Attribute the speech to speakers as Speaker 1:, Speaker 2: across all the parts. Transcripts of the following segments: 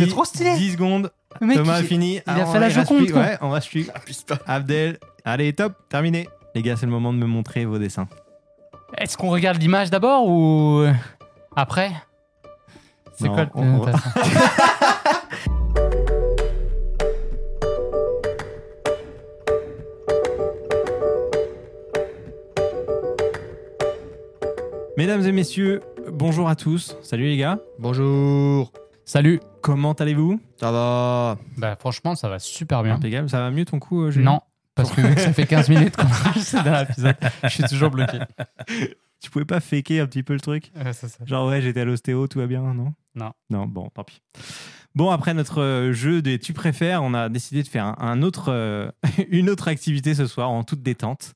Speaker 1: C'est trop stylé.
Speaker 2: 10 secondes.
Speaker 1: Le mec,
Speaker 2: Thomas a
Speaker 1: il-
Speaker 2: fini.
Speaker 1: a fait la
Speaker 2: il reste
Speaker 1: Joconde,
Speaker 2: plus-
Speaker 1: quoi.
Speaker 2: Ouais, on reste plus.
Speaker 3: Ah, pisse pas.
Speaker 2: Abdel. Allez, top, terminé. Les gars, c'est le moment de me montrer vos dessins.
Speaker 1: Est-ce qu'on regarde l'image d'abord ou euh, après C'est
Speaker 2: Non,
Speaker 1: quoi le
Speaker 2: on-
Speaker 1: plus
Speaker 2: on-
Speaker 1: intéressant
Speaker 2: Mesdames et messieurs, bonjour à tous. Salut les gars.
Speaker 3: Bonjour.
Speaker 1: Salut.
Speaker 2: Comment allez-vous
Speaker 3: Ça va.
Speaker 1: Bah franchement, ça va super bien.
Speaker 2: Impeccable. Ça va mieux ton coup, euh, Julien
Speaker 1: Non, parce que vu que ça fait 15 minutes qu'on marche, c'est dans l'épisode. Je suis toujours bloqué.
Speaker 2: Tu pouvais pas faker un petit peu le truc
Speaker 1: Ouais, c'est ça.
Speaker 2: Genre, ouais, j'étais à l'ostéo, tout va bien, non
Speaker 1: Non.
Speaker 2: Non, bon, tant pis. Bon, après notre euh, jeu des tu préfères, on a décidé de faire un, un autre, euh, une autre activité ce soir en toute détente.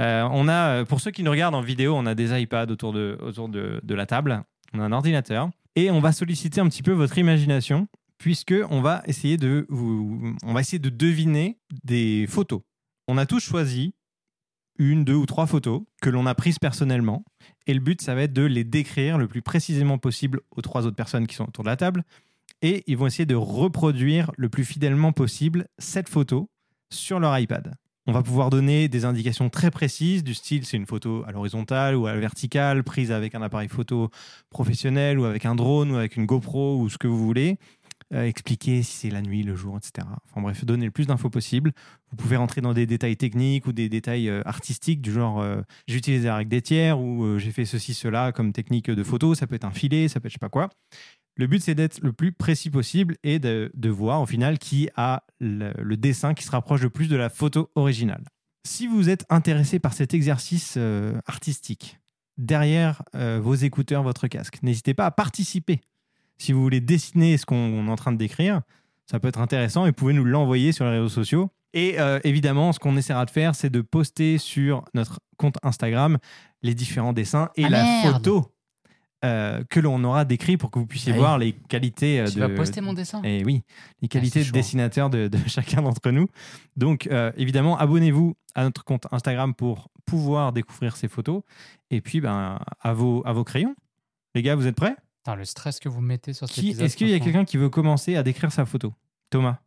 Speaker 2: Euh, on a, euh, pour ceux qui nous regardent en vidéo, on a des iPads autour de, autour de, de la table, on a un ordinateur et on va solliciter un petit peu votre imagination puisque on va essayer de, vous, on va essayer de deviner des photos. On a tous choisi une, deux ou trois photos que l'on a prises personnellement. Et le but, ça va être de les décrire le plus précisément possible aux trois autres personnes qui sont autour de la table. Et ils vont essayer de reproduire le plus fidèlement possible cette photo sur leur iPad. On va pouvoir donner des indications très précises du style c'est une photo à l'horizontale ou à la verticale, prise avec un appareil photo professionnel ou avec un drone ou avec une GoPro ou ce que vous voulez. Euh, expliquer si c'est la nuit, le jour, etc. Enfin bref, donner le plus d'infos possible. Vous pouvez rentrer dans des détails techniques ou des détails euh, artistiques du genre euh, j'ai utilisé la règle des tiers ou euh, j'ai fait ceci, cela comme technique de photo. Ça peut être un filet, ça peut être je sais pas quoi. Le but, c'est d'être le plus précis possible et de, de voir au final qui a le, le dessin qui se rapproche le plus de la photo originale. Si vous êtes intéressé par cet exercice euh, artistique, derrière euh, vos écouteurs, votre casque, n'hésitez pas à participer. Si vous voulez dessiner ce qu'on est en train de décrire, ça peut être intéressant et vous pouvez nous l'envoyer sur les réseaux sociaux. Et euh, évidemment, ce qu'on essaiera de faire, c'est de poster sur notre compte Instagram les différents dessins et
Speaker 1: Ah,
Speaker 2: la
Speaker 1: merde.
Speaker 2: photo euh, que l'on aura décrit pour que vous puissiez
Speaker 3: Ah oui.
Speaker 2: voir les qualités euh,
Speaker 1: Tu
Speaker 2: de.
Speaker 1: vas poster mon dessin Ah,
Speaker 2: Eh oui, les qualités
Speaker 1: c'est
Speaker 2: de
Speaker 1: chaud. hein.
Speaker 2: dessinateur de, de chacun d'entre nous. Donc, euh, évidemment, abonnez-vous à notre compte Instagram pour pouvoir découvrir ces photos. Et puis, ben, à vos, à vos crayons. Les gars, vous êtes prêts
Speaker 1: Putain, le stress que vous mettez sur cet
Speaker 2: Qui-
Speaker 1: épisode.
Speaker 2: Est-ce qu'il y a
Speaker 1: franchement.
Speaker 2: quelqu'un qui veut commencer à décrire sa photo Thomas,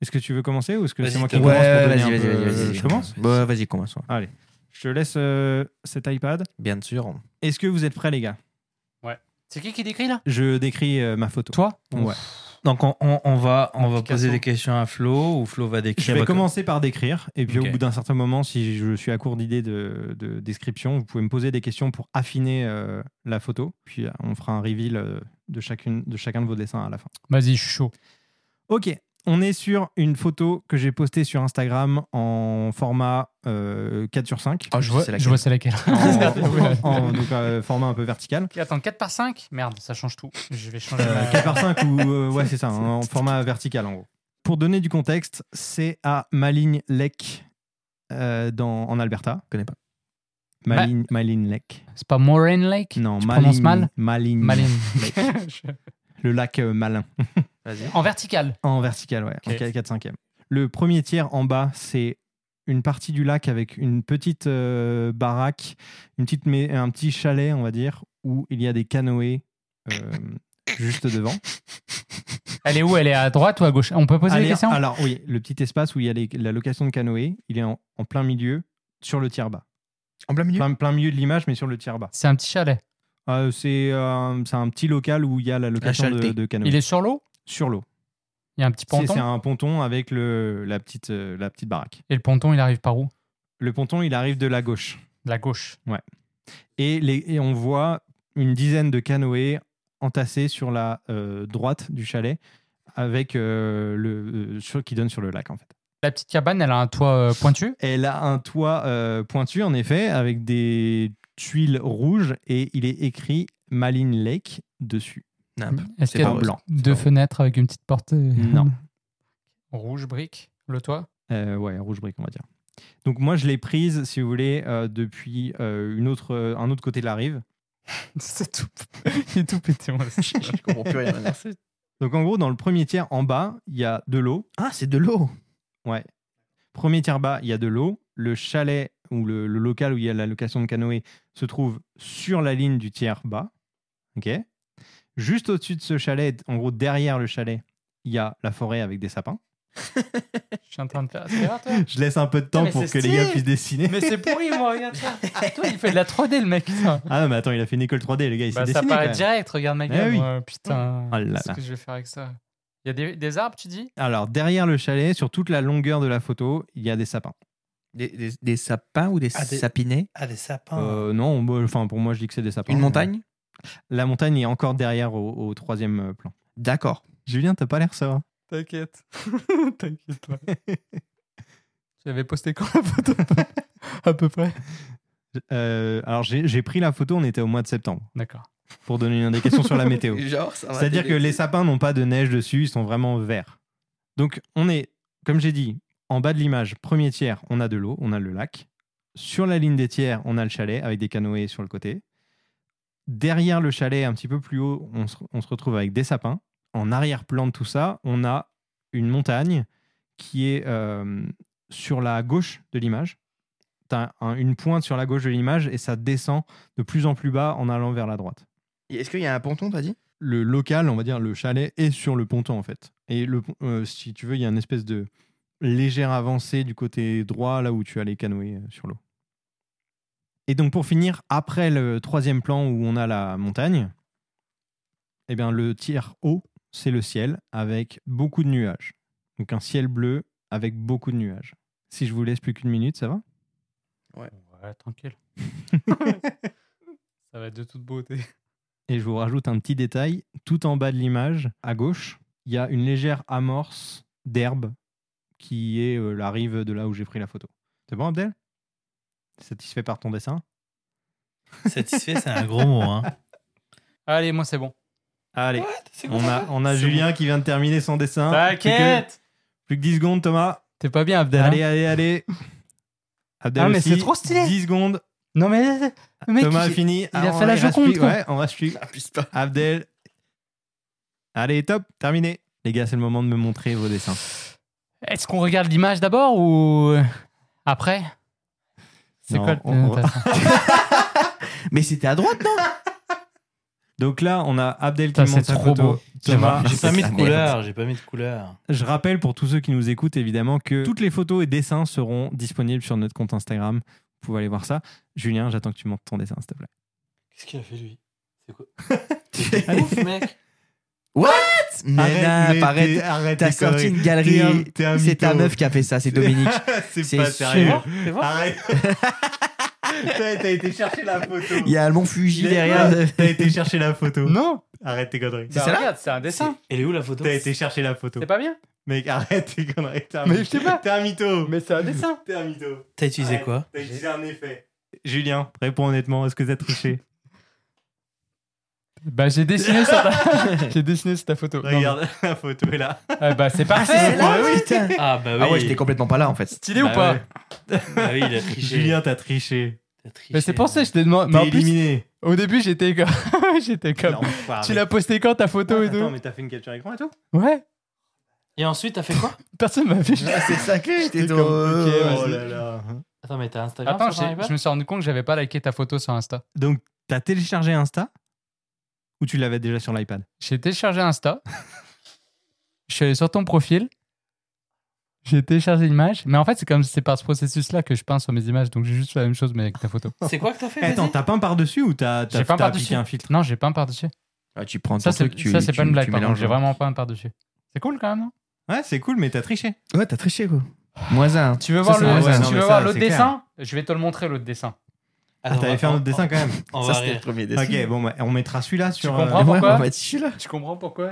Speaker 2: est-ce que tu veux commencer ou est-ce que c'est
Speaker 3: Vas-y,
Speaker 2: moi qui
Speaker 3: Thomas.
Speaker 2: commence pour
Speaker 3: Ouais,
Speaker 2: donner
Speaker 3: vas-y,
Speaker 2: un
Speaker 3: vas-y,
Speaker 2: peu-
Speaker 3: vas-y, vas-y.
Speaker 2: Je commence
Speaker 3: Bah, vas-y, commence. ouais.
Speaker 2: Je te laisse euh, cet iPad.
Speaker 3: Bien sûr.
Speaker 2: Est-ce que vous êtes prêts, les gars
Speaker 1: C'est qui qui décrit là
Speaker 2: Je décris euh, ma photo.
Speaker 1: Toi
Speaker 2: Ouais.
Speaker 4: Donc on, on- on va, on va
Speaker 2: Picasso.
Speaker 4: poser des questions à Flo ou Flo va
Speaker 2: Je
Speaker 4: décrire.
Speaker 2: vais
Speaker 4: Bah,
Speaker 2: commencer par décrire, et puis
Speaker 4: Ok.
Speaker 2: au bout d'un certain moment, si je suis à court d'idées de, de description, vous pouvez me poser des questions pour affiner euh, la photo. Puis euh, on fera un reveal euh, de, chacune, de chacun de vos dessins à la fin.
Speaker 1: Vas-y, je suis chaud.
Speaker 2: Ok, on est sur une photo que j'ai postée sur Instagram en format euh, 4 sur 5.
Speaker 3: Ah,
Speaker 1: je, vois,
Speaker 3: sais
Speaker 1: je
Speaker 3: laquelle.
Speaker 1: vois c'est laquelle.
Speaker 2: En, en- donc euh, format un peu vertical.
Speaker 1: Attends, 4 par 5 Merde, ça change tout. Je vais changer.
Speaker 2: Euh, 4 par 5 ou euh, ouais c'est ça hein, en format vertical en gros pour donner du contexte c'est à Maligne Lake euh, dans, en Alberta
Speaker 3: Je connais pas.
Speaker 2: Maligne, Maligne Lake
Speaker 1: C'est pas Moraine Lake
Speaker 2: non
Speaker 1: Bah, Tu
Speaker 2: Maligne
Speaker 1: prononces mal
Speaker 2: Maligne,
Speaker 1: Malin.
Speaker 2: Lake. le lac euh, Malin
Speaker 3: Vas-y.
Speaker 1: En vertical.
Speaker 2: en vertical ouais
Speaker 1: Ok.
Speaker 2: en 4 5 le premier tiers en bas c'est une partie du lac avec une petite euh, baraque une petite mais un petit chalet on va dire où il y a des canoës euh, juste devant
Speaker 1: Elle est où Elle est à droite ou à gauche On peut poser
Speaker 2: Allez,
Speaker 1: des questions
Speaker 2: Alors oui, le petit espace où il y a les- la location de canoë, il est en, en plein milieu, sur le tiers bas.
Speaker 3: En plein milieu
Speaker 2: Plein, plein milieu de l'image, mais sur le tiers bas.
Speaker 1: C'est un petit chalet.
Speaker 2: Euh, c'est euh, c'est un petit local où il y a la location de,
Speaker 3: chaleté.
Speaker 2: de canoë.
Speaker 1: Il est sur l'eau
Speaker 2: Sur l'eau.
Speaker 1: Il y a un petit
Speaker 2: C'est
Speaker 1: ponton
Speaker 2: c'est un ponton avec le, la, petite, euh, la petite baraque.
Speaker 1: Et le ponton, il arrive par où
Speaker 2: Le ponton, il arrive de la gauche.
Speaker 1: De la gauche.
Speaker 2: Et, les, et on voit une dizaine de canoës entassés sur la euh, droite du chalet, avec euh, le, euh, sur- qui donne sur le lac en fait.
Speaker 1: La petite cabane, elle a un toit euh, pointu.
Speaker 2: Elle a un toit euh, pointu, en effet, avec des tuiles rouges et il est écrit Malin Lake dessus.
Speaker 1: Est-ce
Speaker 3: C'est
Speaker 1: qu'il y a
Speaker 3: pas
Speaker 2: En
Speaker 3: vrai.
Speaker 2: blanc.
Speaker 1: deux fenêtres avec une petite porte euh,
Speaker 2: Non.
Speaker 1: Rouge, brique, le toit.
Speaker 2: Euh, ouais, rouge brique, on va dire. Donc, moi, je l'ai prise, si vous voulez, euh, depuis euh, une autre, euh, un autre côté de la rive.
Speaker 1: C'est tout. Il est tout pété. mon dessin.
Speaker 3: Je comprends plus rien. maintenant.
Speaker 2: Donc, en gros, dans le premier tiers en bas, il y a de l'eau.
Speaker 3: Ah, c'est de l'eau.
Speaker 2: Ouais. Premier tiers bas, il y a de l'eau. Le chalet ou le, le local où il y a la location de canoë se trouve sur la ligne du tiers bas. OK Juste au-dessus de ce chalet, en gros derrière le chalet, il y a la forêt avec des sapins.
Speaker 1: Je suis en train de faire. C'est grave, toi
Speaker 2: Je laisse un peu de
Speaker 1: Ah,
Speaker 2: temps
Speaker 1: mais
Speaker 2: pour que
Speaker 1: c'est
Speaker 2: les gars
Speaker 1: stylé.
Speaker 2: puissent dessiner.
Speaker 1: Mais c'est pourri, moi, regarde ça. Ah, Toi, il fait de la 3D, le mec. putain.
Speaker 2: Ah non, mais attends, il a fait une école 3D, le gars, il
Speaker 1: Bah,
Speaker 2: s'est
Speaker 1: ça
Speaker 2: dessiné. quand
Speaker 1: paraît
Speaker 2: même.
Speaker 1: direct, regarde ma
Speaker 2: Eh
Speaker 1: gueule.
Speaker 2: oui.
Speaker 1: moi, Putain.
Speaker 2: Oh là
Speaker 1: Qu'est-ce
Speaker 2: là.
Speaker 1: que je vais faire avec ça Il y a des, des arbres, tu dis
Speaker 2: Alors, derrière le chalet, sur toute la longueur de la photo, il y a des sapins.
Speaker 3: Des, des- des sapins ou des
Speaker 4: Ah, des-
Speaker 3: sapinets
Speaker 4: Ah, des sapins.
Speaker 2: Euh, non, moi, enfin, pour moi, je dis que c'est des sapins.
Speaker 3: Une montagne
Speaker 2: La montagne est encore derrière au, au troisième plan.
Speaker 3: D'accord.
Speaker 2: Julien, t'as pas l'air ça.
Speaker 1: T'inquiète. T'inquiète pas. J'avais posté quand la photo À peu près.
Speaker 2: Euh, alors, j'ai j'ai pris la photo, on était au mois de septembre,
Speaker 1: D'accord.
Speaker 2: pour donner une indication sur la météo.
Speaker 3: Genre, ça va
Speaker 2: C'est-à-dire
Speaker 3: t'aider.
Speaker 2: que les sapins n'ont pas de neige dessus, ils sont vraiment verts. Donc on est, comme j'ai dit, en bas de l'image, premier tiers, on a de l'eau, on a le lac. Sur la ligne des tiers, on a le chalet avec des canoës sur le côté. Derrière le chalet, un petit peu plus haut, on se, on se retrouve avec des sapins. En arrière-plan de tout ça, on a une montagne qui est euh, sur la gauche de l'image. T'as un- une pointe sur la gauche de l'image et ça descend de plus en plus bas en allant vers la droite
Speaker 3: Et Est-ce qu'il y a un ponton, t'as dit
Speaker 2: le local, on va dire le chalet, est sur le ponton en fait. Et le, pon- euh, si tu veux, il y a une espèce de légère avancée du côté droit, là où tu as les canoës euh, sur l'eau. Et donc pour finir, après le troisième plan où on a la montagne, eh bien le tiers haut, c'est le ciel avec beaucoup de nuages. Donc un ciel bleu avec beaucoup de nuages. Si je vous laisse plus qu'une minute, ça va
Speaker 1: Ouais, tranquille. ça va être de toute beauté.
Speaker 2: Et je vous rajoute un petit détail. Tout en bas de l'image, à gauche, il y a une légère amorce d'herbe qui est euh, la rive de là où j'ai pris la photo. C'est bon, Abdel Satisfait par ton dessin
Speaker 4: Satisfait, c'est un gros mot. Hein.
Speaker 1: Allez, moi, c'est bon.
Speaker 2: Allez,
Speaker 4: c'est
Speaker 2: on a, on a
Speaker 4: C'est
Speaker 2: Julien qui vient de terminer son dessin. Plus Hein, que,
Speaker 1: T'inquiète
Speaker 2: plus que 10 secondes, Thomas.
Speaker 1: T'es pas bien, Abdel. hein
Speaker 2: Allez, allez, allez. Abdel
Speaker 1: Ah, mais
Speaker 2: aussi.
Speaker 1: c'est trop stylé.
Speaker 2: 10 secondes.
Speaker 1: Non, mais. le Mec,
Speaker 2: Thomas a
Speaker 1: j'ai-
Speaker 2: fini.
Speaker 1: a
Speaker 2: on
Speaker 1: fait la
Speaker 2: reste
Speaker 1: Joconde,
Speaker 2: plus-
Speaker 1: quoi.
Speaker 2: Ouais, on va suivre.
Speaker 3: Appuie pas.
Speaker 2: Abdel. Allez, top, terminé. Les gars, c'est le moment de me montrer vos dessins.
Speaker 1: Est-ce qu'on regarde l'image d'abord ou euh, après C'est
Speaker 2: Non,
Speaker 1: quoi le-
Speaker 2: on- on-
Speaker 1: Attends, attends.
Speaker 3: Mais c'était à droite, non
Speaker 2: Donc là, on a Abdel qui
Speaker 1: Putain,
Speaker 2: monte
Speaker 1: c'est
Speaker 2: sa
Speaker 1: trop
Speaker 2: photo.
Speaker 1: beau.
Speaker 2: Thomas,
Speaker 3: J'ai
Speaker 4: J'ai pas mis
Speaker 3: Ah,
Speaker 4: de
Speaker 3: merde.
Speaker 4: couleur, j'ai pas mis de couleur.
Speaker 2: je rappelle pour tous ceux qui nous écoutent évidemment que toutes les photos et dessins seront disponibles sur notre compte Instagram. Vous pouvez aller voir ça. Julien, j'attends que tu montes ton dessin, s'il te plaît.
Speaker 4: Qu'est-ce qu'il a fait lui C'est quoi C'est ouf, mec
Speaker 3: Mais non, pas arrête.
Speaker 2: Ah, arrête.
Speaker 3: T'as sorti une galerie. C'est ta meuf qui a fait ça, c'est Dominique.
Speaker 2: C'est
Speaker 3: C'est
Speaker 2: pas
Speaker 3: sûr.
Speaker 2: sérieux.
Speaker 4: C'est vrai
Speaker 2: Arrête. T'as t'as été chercher la photo.
Speaker 3: Il y a le mont Fuji
Speaker 2: Il est
Speaker 3: derrière.
Speaker 2: pas- T'as été chercher la photo.
Speaker 1: Non
Speaker 2: Arrête tes conneries.
Speaker 3: C'est celle-là
Speaker 1: Bah, Regarde, c'est un dessin.
Speaker 4: Elle est où la photo
Speaker 2: T'as été chercher la photo.
Speaker 1: C'est pas bien
Speaker 2: Mec, arrête tes conneries. T'es un
Speaker 1: Mais je sais pas.
Speaker 2: T'es un mytho.
Speaker 1: Mais c'est un dessin.
Speaker 2: T'es un mytho.
Speaker 4: T'as utilisé quoi
Speaker 2: T'as utilisé un effet. Julien, réponds honnêtement, est-ce que t'as triché
Speaker 1: Bah, j'ai dessiné sur ta, j'ai dessiné sur ta photo. Non,
Speaker 2: Regarde, la photo est là.
Speaker 1: mais- Ah, bah, c'est
Speaker 3: Ah, c'est
Speaker 1: parfait.
Speaker 3: celle-là, putain.
Speaker 4: Ah bah oui.
Speaker 3: Ah ouais, j'étais complètement pas là en fait.
Speaker 1: Stylé ou
Speaker 2: Bah
Speaker 1: pas
Speaker 2: ouais.
Speaker 4: Bah oui, il a triché.
Speaker 2: Julien, t'as triché.
Speaker 4: T'as triché.
Speaker 1: Mais c'est pour ça que je t'ai demandé. Mais
Speaker 2: T'es
Speaker 1: en plus,
Speaker 2: éliminé.
Speaker 1: au début, j'étais comme. j'étais comme. tu l'as posté quand ta photo et
Speaker 2: Attends,
Speaker 1: tout
Speaker 2: mais t'as fait une capture écran et tout
Speaker 1: Ouais.
Speaker 4: Et ensuite, t'as fait quoi
Speaker 1: Personne m'a vu.
Speaker 3: Ah, c'est ça que j'étais euh,
Speaker 1: comme, ok, vas-y.
Speaker 3: drôle.
Speaker 2: Oh là là.
Speaker 4: Attends, mais t'as Instagram
Speaker 1: Attends,
Speaker 4: sur ton
Speaker 1: j'ai-
Speaker 4: iPad
Speaker 1: je me suis rendu compte que j'avais pas liké ta photo sur Insta.
Speaker 2: Donc, t'as téléchargé Insta ou tu l'avais déjà sur l'iPad
Speaker 1: J'ai téléchargé Insta. je suis allé sur ton profil. J'ai téléchargé l'image. Mais en fait, c'est comme c'est par ce processus-là que je peins sur mes images. Donc j'ai juste fait la même chose, mais avec ta photo.
Speaker 4: C'est quoi que t'as fait
Speaker 2: Eh, Attends,
Speaker 4: vas-y
Speaker 2: t'as peint par-dessus ou t'as t'as-
Speaker 1: J'ai peint
Speaker 2: t'as
Speaker 1: par-dessus.
Speaker 2: appliqué un filtre
Speaker 1: Non, j'ai peint par-dessus.
Speaker 3: Ah, tu prends ton
Speaker 1: Ça, c'est
Speaker 3: truc, tu
Speaker 1: ça, c'est pas
Speaker 3: tu-
Speaker 1: une blague,
Speaker 3: tu
Speaker 1: par contre.
Speaker 3: mélanges. hein.
Speaker 1: J'ai vraiment peint par-dessus. C'est cool quand même, non
Speaker 2: Ouais, c'est cool, mais t'as triché.
Speaker 3: Ouais, t'as triché quoi. Moins un.
Speaker 1: Tu veux
Speaker 3: Ça,
Speaker 1: voir
Speaker 3: c'est
Speaker 1: le-
Speaker 3: un- ouais,
Speaker 1: tu
Speaker 2: non,
Speaker 1: veux
Speaker 2: mais
Speaker 1: voir
Speaker 2: ça,
Speaker 1: l'autre
Speaker 2: c'est
Speaker 1: dessin Je vais te le montrer, l'autre dessin.
Speaker 2: Ah, t'avais fait un autre dessin quand même.
Speaker 4: On
Speaker 3: Ça,
Speaker 4: va
Speaker 3: c'était le
Speaker 4: rire.
Speaker 3: premier dessin.
Speaker 2: Ok, bon, bah, on mettra celui-là sur.
Speaker 1: comprends
Speaker 2: euh,
Speaker 1: Ah,
Speaker 3: Ouais,
Speaker 1: pourquoi
Speaker 3: en fait, je suis là.
Speaker 1: Tu comprends pourquoi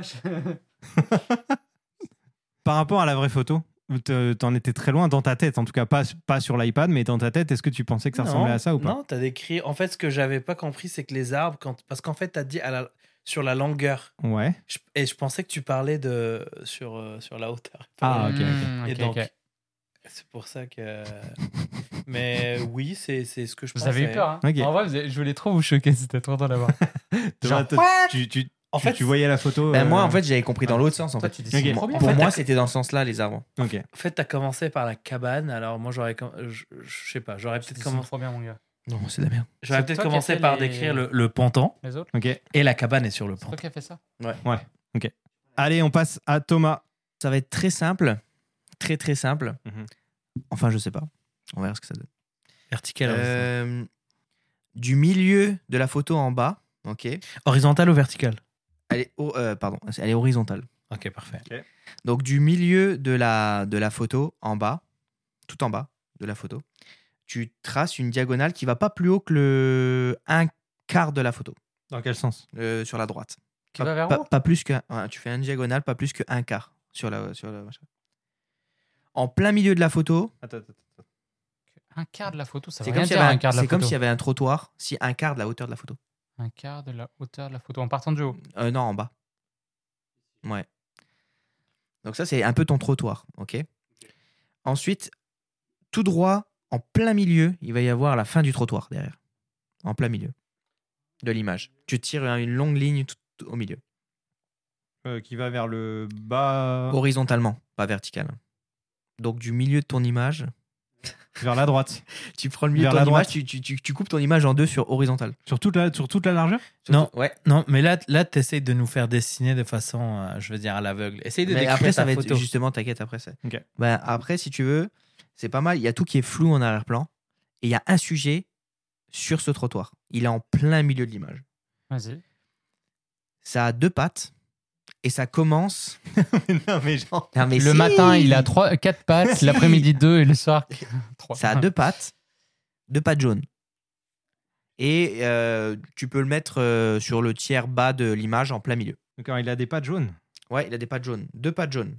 Speaker 2: Par rapport à la vraie photo, te- t'en étais très loin dans ta tête, en tout cas pas, pas sur l'iPad, mais dans ta tête, est-ce que tu pensais que ça ressemblait
Speaker 4: Non,
Speaker 2: à ça ou pas
Speaker 4: Non, t'as décrit. En fait, ce que j'avais pas compris, c'est que les arbres, quand... parce qu'en fait, t'as dit à la... sur la longueur.
Speaker 2: Ouais.
Speaker 4: Je- Et je pensais que tu parlais de sur, euh, sur la hauteur.
Speaker 2: Ah, ok, ok.
Speaker 1: Hmm,
Speaker 4: Mmh, Et
Speaker 1: ok,
Speaker 4: donc,
Speaker 1: ok.
Speaker 4: c'est pour ça que. Mais oui, c'est Ah, c'est ce que je
Speaker 1: Vous
Speaker 4: pensais.
Speaker 1: avez eu peur, hein
Speaker 2: Ok.
Speaker 1: En vrai, vous avez- je voulais trop vous choquer, c'était trop drôle d'avoir.
Speaker 2: Thomas,
Speaker 1: Genre,
Speaker 2: toi, tu, tu,
Speaker 4: En
Speaker 2: tu-
Speaker 4: fait,
Speaker 2: tu voyais la photo
Speaker 3: Ben,
Speaker 2: euh,
Speaker 3: moi, en fait, j'avais compris dans l'autre sens en
Speaker 1: Toi,
Speaker 3: fait.
Speaker 1: tu dessines
Speaker 2: Ok.
Speaker 1: trop bien.
Speaker 3: Pour
Speaker 4: En fait,
Speaker 3: moi,
Speaker 4: t'as-
Speaker 3: c'était dans ce sens-là, les arbres.
Speaker 2: Ok.
Speaker 4: en fait, t'as commencé par la cabane. Alors moi, j'aurais, com- je, je sais pas, j'aurais
Speaker 1: Tu
Speaker 4: peut-être
Speaker 1: dessines
Speaker 4: commencé,
Speaker 1: trop bien, mon gars.
Speaker 3: Non, c'est de la merde.
Speaker 4: j'aurais
Speaker 1: C'est
Speaker 4: peut-être
Speaker 1: toi qui as
Speaker 4: commencé
Speaker 1: fait
Speaker 4: par
Speaker 1: les-
Speaker 4: décrire le, le ponton
Speaker 1: Les autres
Speaker 2: Ok.
Speaker 4: et la cabane est sur le
Speaker 1: C'est toi
Speaker 3: Ah,
Speaker 4: ponton.
Speaker 1: qui as fait ça
Speaker 2: Ouais. Ok. Allez, on passe à Thomas.
Speaker 3: Ça va être très simple. Très, très simple.
Speaker 2: Mhm.
Speaker 3: Enfin, je sais pas. On verra ce que ça donne.
Speaker 4: Vertical.
Speaker 3: Euh, du milieu de la photo en bas, ok.
Speaker 4: Horizontal ou vertical
Speaker 3: Elle est, ho- euh, pardon, elle est horizontale.
Speaker 4: Ok, parfait.
Speaker 3: Donc du milieu de la, de la photo en bas, tout en bas de la photo, tu traces une diagonale qui va pas plus haut que le un quart de la photo
Speaker 2: Dans quel sens
Speaker 3: euh, sur la droite.
Speaker 1: Qui
Speaker 3: pas,
Speaker 1: va vers
Speaker 3: pas-
Speaker 1: moi
Speaker 3: pas plus que ouais, tu fais une diagonale pas plus que un quart sur la sur la- En plein milieu de la photo,
Speaker 2: Attends, attends. attends.
Speaker 1: Un quart de la photo, ça
Speaker 3: c'est
Speaker 1: veut
Speaker 3: comme
Speaker 1: rien
Speaker 3: s'il y
Speaker 1: dire
Speaker 3: avait
Speaker 1: un
Speaker 3: un-
Speaker 1: quart de la
Speaker 3: c'est comme
Speaker 1: photo.
Speaker 3: s'il y avait un trottoir, si un quart de la hauteur de la photo.
Speaker 1: Un quart de la hauteur de la photo en partant du haut.
Speaker 3: Euh, non, en bas. Ouais. Donc ça, c'est un peu ton trottoir, ok Ensuite, tout droit, en plein milieu, il va y avoir la fin du trottoir derrière. En plein milieu de l'image. Tu tires une longue ligne tout- tout au milieu.
Speaker 2: Euh, qui va vers le bas,
Speaker 3: Horizontalement, pas vertical. Donc du milieu de ton image,
Speaker 2: vers la droite.
Speaker 3: tu prends le milieu
Speaker 2: Vers
Speaker 3: de
Speaker 2: la
Speaker 3: ton image,
Speaker 2: droite.
Speaker 3: tu, tu- tu- tu coupes ton image en deux sur horizontal.
Speaker 2: Sur toute la, sur toute la largeur
Speaker 4: Non.
Speaker 3: Ouais.
Speaker 4: Non, mais là, là tu essayes de nous faire dessiner de façon, euh, je veux dire, à l'aveugle. Essaye de
Speaker 3: Mais
Speaker 4: décrire
Speaker 3: après,
Speaker 4: ta
Speaker 3: ça va
Speaker 4: photo.
Speaker 3: être justement, t'inquiète, après ça.
Speaker 2: Ok.
Speaker 3: Ben, après, si tu veux, c'est pas mal. Il y a tout qui est flou en arrière-plan. Et il y a un sujet sur ce trottoir. Il est en plein milieu de l'image.
Speaker 1: Vas-y.
Speaker 3: Ça a deux pattes. Et ça commence.
Speaker 2: Non, mais genre.
Speaker 3: Non, mais
Speaker 1: le
Speaker 3: si
Speaker 1: matin, il a 3, 4 pattes,
Speaker 3: Si.
Speaker 1: l'après-midi 2 et le soir 3.
Speaker 3: Ça a deux pattes. Deux pattes jaunes. Et euh, tu peux le mettre euh, sur le tiers bas de l'image en plein milieu.
Speaker 2: Donc, alors, il a des pattes jaunes.
Speaker 3: Ouais, il a des pattes jaunes. Deux pattes jaunes.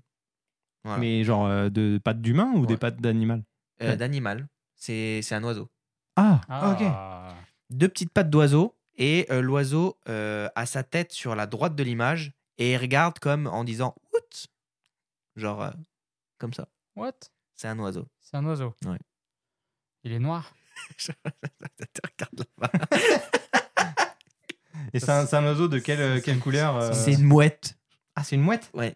Speaker 3: Voilà.
Speaker 2: Mais genre euh, de pattes d'humain ou des
Speaker 3: Ouais.
Speaker 2: pattes d'animal
Speaker 3: Euh, D'animal. C'est c'est un oiseau.
Speaker 2: Ah,
Speaker 1: Ah,
Speaker 3: deux petites pattes d'oiseau et euh, l'oiseau euh, a sa tête sur la droite de l'image et il regarde comme en disant Out genre euh, comme ça.
Speaker 1: What
Speaker 3: C'est un oiseau.
Speaker 1: C'est un oiseau.
Speaker 3: Ouais.
Speaker 1: Il est noir.
Speaker 3: Regarde là-bas.
Speaker 2: Et c'est un, c'est un oiseau de quelle, euh, quelle couleur euh
Speaker 3: C'est une mouette.
Speaker 2: Ah, c'est une mouette
Speaker 3: Ouais.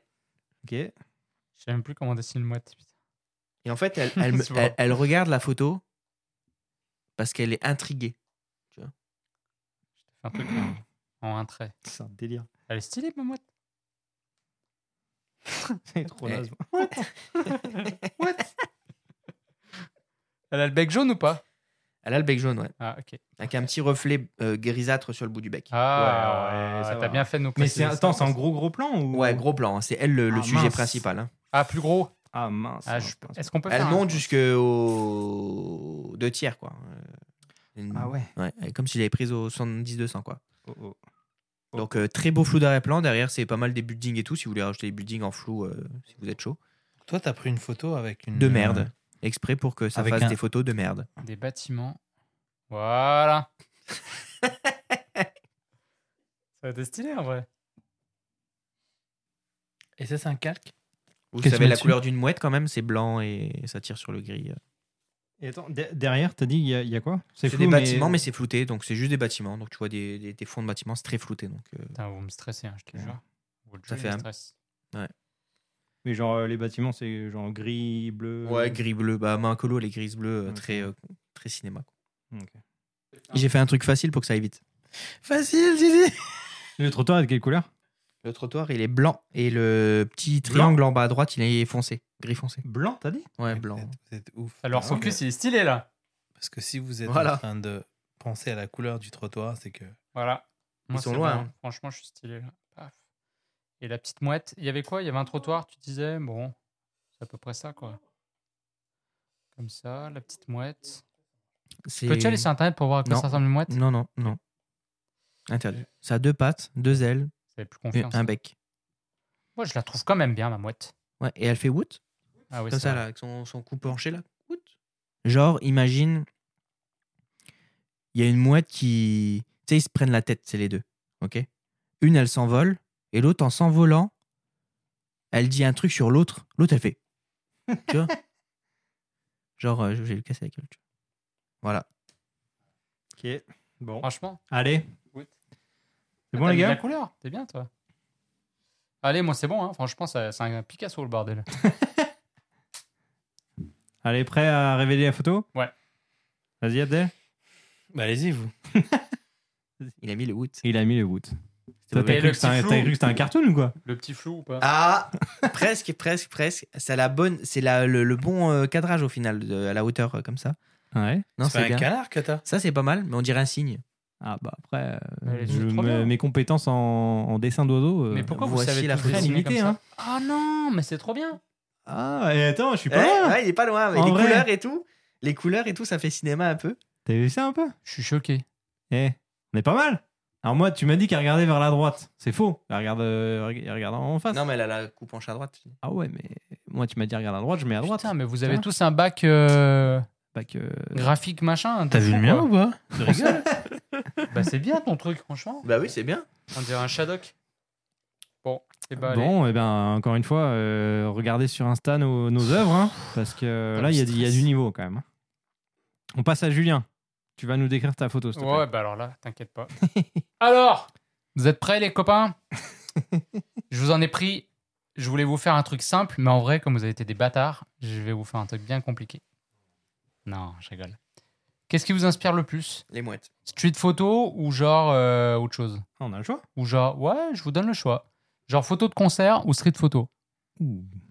Speaker 2: Ok.
Speaker 1: Je sais même plus comment dessiner une mouette. putain.
Speaker 3: Et en fait, elle, elle, me-
Speaker 1: C'est
Speaker 3: elle-
Speaker 1: bon.
Speaker 3: elle regarde la photo parce qu'elle est intriguée.
Speaker 1: Je te fais un truc en en un trait.
Speaker 2: C'est un délire.
Speaker 1: Elle est stylée, ma mouette.
Speaker 2: C'est trop
Speaker 3: Eh.
Speaker 2: naze.
Speaker 1: Elle a le bec jaune ou pas
Speaker 3: Elle a le bec jaune, ouais.
Speaker 1: Ah, ok.
Speaker 3: Avec un petit reflet euh, grisâtre sur le bout du bec.
Speaker 1: Ah,
Speaker 2: ouais, ça
Speaker 1: t'as
Speaker 2: va.
Speaker 1: bien fait de nous
Speaker 2: Mais
Speaker 1: préciser
Speaker 2: c'est un-
Speaker 1: ça.
Speaker 2: attends, c'est un gros gros plan ou
Speaker 3: Ouais, gros plan. hein. C'est elle le, le
Speaker 2: Ah,
Speaker 3: sujet
Speaker 2: mince.
Speaker 3: principal. hein.
Speaker 1: Ah, plus gros.
Speaker 2: Ah mince.
Speaker 1: Ah,
Speaker 2: mince,
Speaker 1: je-
Speaker 2: mince.
Speaker 1: Est-ce qu'on peut
Speaker 3: Elle
Speaker 1: faire un-
Speaker 3: monte jusqu'aux deux tiers, quoi. Euh, une-
Speaker 2: Ah ouais.
Speaker 3: Ouais, elle- comme si j'avais prise au 70-200, quoi.
Speaker 2: Oh, oh. Oh.
Speaker 3: Donc, euh, très beau flou d'arrière-plan. Derrière, c'est pas mal des buildings et tout. Si vous voulez rajouter des buildings en flou, euh, si vous êtes chaud.
Speaker 4: Toi, t'as pris une photo avec une. euh,
Speaker 3: De merde. Exprès pour que ça
Speaker 4: Avec
Speaker 3: fasse
Speaker 4: un-
Speaker 3: des photos de merde.
Speaker 1: Des bâtiments. Voilà. ça va être stylé en vrai.
Speaker 4: Et ça, c'est un calque
Speaker 3: Vous
Speaker 2: Qu'est-ce
Speaker 3: savez,
Speaker 2: qu'on
Speaker 3: la
Speaker 2: a
Speaker 3: couleur d'une mouette, quand même, c'est blanc et ça tire sur le gris.
Speaker 2: Et attends, de- derrière, t'as dit il y, a- il y a quoi
Speaker 3: C'est des bâtiments, mais c'est flouté. Donc, c'est juste des bâtiments. Donc, tu vois des, des- des fonds de bâtiments, c'est très flouté. Donc, euh,
Speaker 1: Putain, vous me stressez, hein, je te
Speaker 3: Ouais.
Speaker 1: jure. Vous le
Speaker 3: Ça
Speaker 1: jurez,
Speaker 3: fait
Speaker 1: il me
Speaker 3: un-
Speaker 1: stresse.
Speaker 2: mais genre euh, les bâtiments, c'est genre gris, bleu.
Speaker 3: ouais, gris-bleu. Bah, main colo, les grises bleues, euh, très, euh, très cinéma. quoi.
Speaker 2: Ok.
Speaker 3: J'ai fait un truc facile pour que ça aille vite.
Speaker 4: Facile, Zizi
Speaker 2: Le trottoir est de quelle couleur
Speaker 3: Le trottoir, il est blanc et le petit triangle en bas à droite, il est foncé, gris foncé.
Speaker 2: Blanc, t'as dit
Speaker 3: Ouais, blanc.
Speaker 4: Vous êtes ouf.
Speaker 1: Alors,
Speaker 4: Ah,
Speaker 1: focus, il est stylé là.
Speaker 4: Parce que si vous êtes
Speaker 3: Voilà.
Speaker 4: en train de penser à la couleur du trottoir, c'est que.
Speaker 1: Voilà. Moi,
Speaker 3: sont
Speaker 1: c'est
Speaker 3: loin,
Speaker 1: bon,
Speaker 3: hein.
Speaker 1: Franchement, je suis stylé là. Paf. Et la petite mouette, il y avait quoi Il y avait un trottoir, tu disais Bon, c'est à peu près ça quoi. Comme ça, la petite mouette.
Speaker 3: C'est-
Speaker 1: Peux-tu aller sur internet pour voir à quoi
Speaker 3: Non.
Speaker 1: ça ressemble une mouette
Speaker 3: Non, non, non. Interdit. Ça a deux pattes, deux ailes,
Speaker 1: J'avais plus
Speaker 3: et
Speaker 1: confiance.
Speaker 3: un bec.
Speaker 1: Moi, je la trouve quand même bien, ma mouette.
Speaker 3: Ouais, et elle fait woot,
Speaker 1: Ah oui,
Speaker 3: comme
Speaker 1: c'est
Speaker 3: ça,
Speaker 1: vrai.
Speaker 3: là, avec son, son cou penché, là. Woot. Genre, imagine, il y a une mouette qui. Tu sais, ils se prennent la tête, c'est les deux. OK Une, elle s'envole, et l'autre, en s'envolant, elle dit un truc sur l'autre, l'autre, elle fait. Tu vois Genre, euh, je vais le casser la gueule. tu vois. Voilà.
Speaker 2: Ok. Bon.
Speaker 1: Franchement.
Speaker 2: Allez.
Speaker 1: Good.
Speaker 2: C'est bon
Speaker 1: Ah, T'as
Speaker 2: les
Speaker 1: mis La
Speaker 2: gars
Speaker 1: couleur, t'es bien toi. Allez, moi c'est bon, hein. franchement, ça- c'est un Picasso le bordel.
Speaker 2: Allez, prêt à révéler la photo
Speaker 1: Ouais.
Speaker 2: Vas-y Abdel.
Speaker 4: Bah, allez-y, vous.
Speaker 3: Il a mis le woot.
Speaker 2: Il a mis le wood. T'as t'as
Speaker 1: mauvais. Et
Speaker 2: cru
Speaker 1: le
Speaker 2: que c'était un-
Speaker 1: petit flou.
Speaker 2: t'as cru que c'était un cartoon ou quoi
Speaker 1: Le petit flou ou pas
Speaker 3: Ah, presque, presque, presque. C'est la bonne, c'est la- le, le bon euh, cadrage au final, de- à la hauteur euh, comme ça.
Speaker 2: Ouais.
Speaker 3: Non,
Speaker 4: C'est
Speaker 3: c'est
Speaker 4: pas un
Speaker 3: bien.
Speaker 4: canard que t'as.
Speaker 3: Ça c'est pas mal, mais on dirait un signe.
Speaker 2: Ah bah après, euh,
Speaker 1: Mais elle est
Speaker 2: je-
Speaker 1: trop
Speaker 2: mes,
Speaker 1: bien.
Speaker 2: mes compétences en, en dessin d'oiseau. euh,
Speaker 1: Mais pourquoi vous
Speaker 3: voici
Speaker 1: savez
Speaker 3: la
Speaker 1: tous dessiner
Speaker 2: facilité,
Speaker 1: comme
Speaker 2: hein.
Speaker 1: ça Ah non, mais c'est trop bien.
Speaker 2: Ah, et attends, je suis
Speaker 3: Eh,
Speaker 2: pas là.
Speaker 3: ouais, il est pas loin. mais
Speaker 2: En
Speaker 3: les
Speaker 2: vrai.
Speaker 3: couleurs et tout, les couleurs et tout, ça fait cinéma un peu.
Speaker 2: T'as vu ça un peu
Speaker 1: Je suis choqué.
Speaker 2: Eh, on est pas mal. Alors moi, tu m'as dit qu'elle regardait vers la droite. C'est faux. Elle regarde, euh, elle regarde en face.
Speaker 3: Non, mais elle a la coupe penche à droite.
Speaker 2: Ah ouais, mais moi, tu m'as dit regarde à droite, je mets à droite.
Speaker 1: Putain, mais vous avez
Speaker 2: Putain.
Speaker 1: tous un bac euh,
Speaker 2: Pas que...
Speaker 1: graphique machin.
Speaker 4: T'as vu le mien ou pas
Speaker 1: Tu rigoles Bah c'est bien ton truc, franchement.
Speaker 3: Bah oui, c'est bien.
Speaker 1: On dirait un Shadok. Bon, et bah allez.
Speaker 2: Bon, et ben encore une fois, euh, regardez sur Insta nos, nos œuvres, hein, parce que euh,
Speaker 1: Pas
Speaker 2: là,
Speaker 1: le
Speaker 2: il y, a du- il y a
Speaker 1: stress.
Speaker 2: du niveau quand même. hein. On passe à Julien. Tu vas nous décrire ta photo, s'il te plaît.
Speaker 1: Ouais, bah alors là, t'inquiète pas. alors, vous êtes prêts les copains Je vous en ai pris. Je voulais vous faire un truc simple, mais en vrai, comme vous avez été des bâtards, je vais vous faire un truc bien compliqué. Non, je rigole. Qu'est-ce qui vous inspire le plus
Speaker 3: Les mouettes.
Speaker 1: Street photo ou genre euh, autre chose
Speaker 2: Ah, On a le choix.
Speaker 1: Ou genre, ouais, je vous donne le choix. Genre photo de concert ou street photo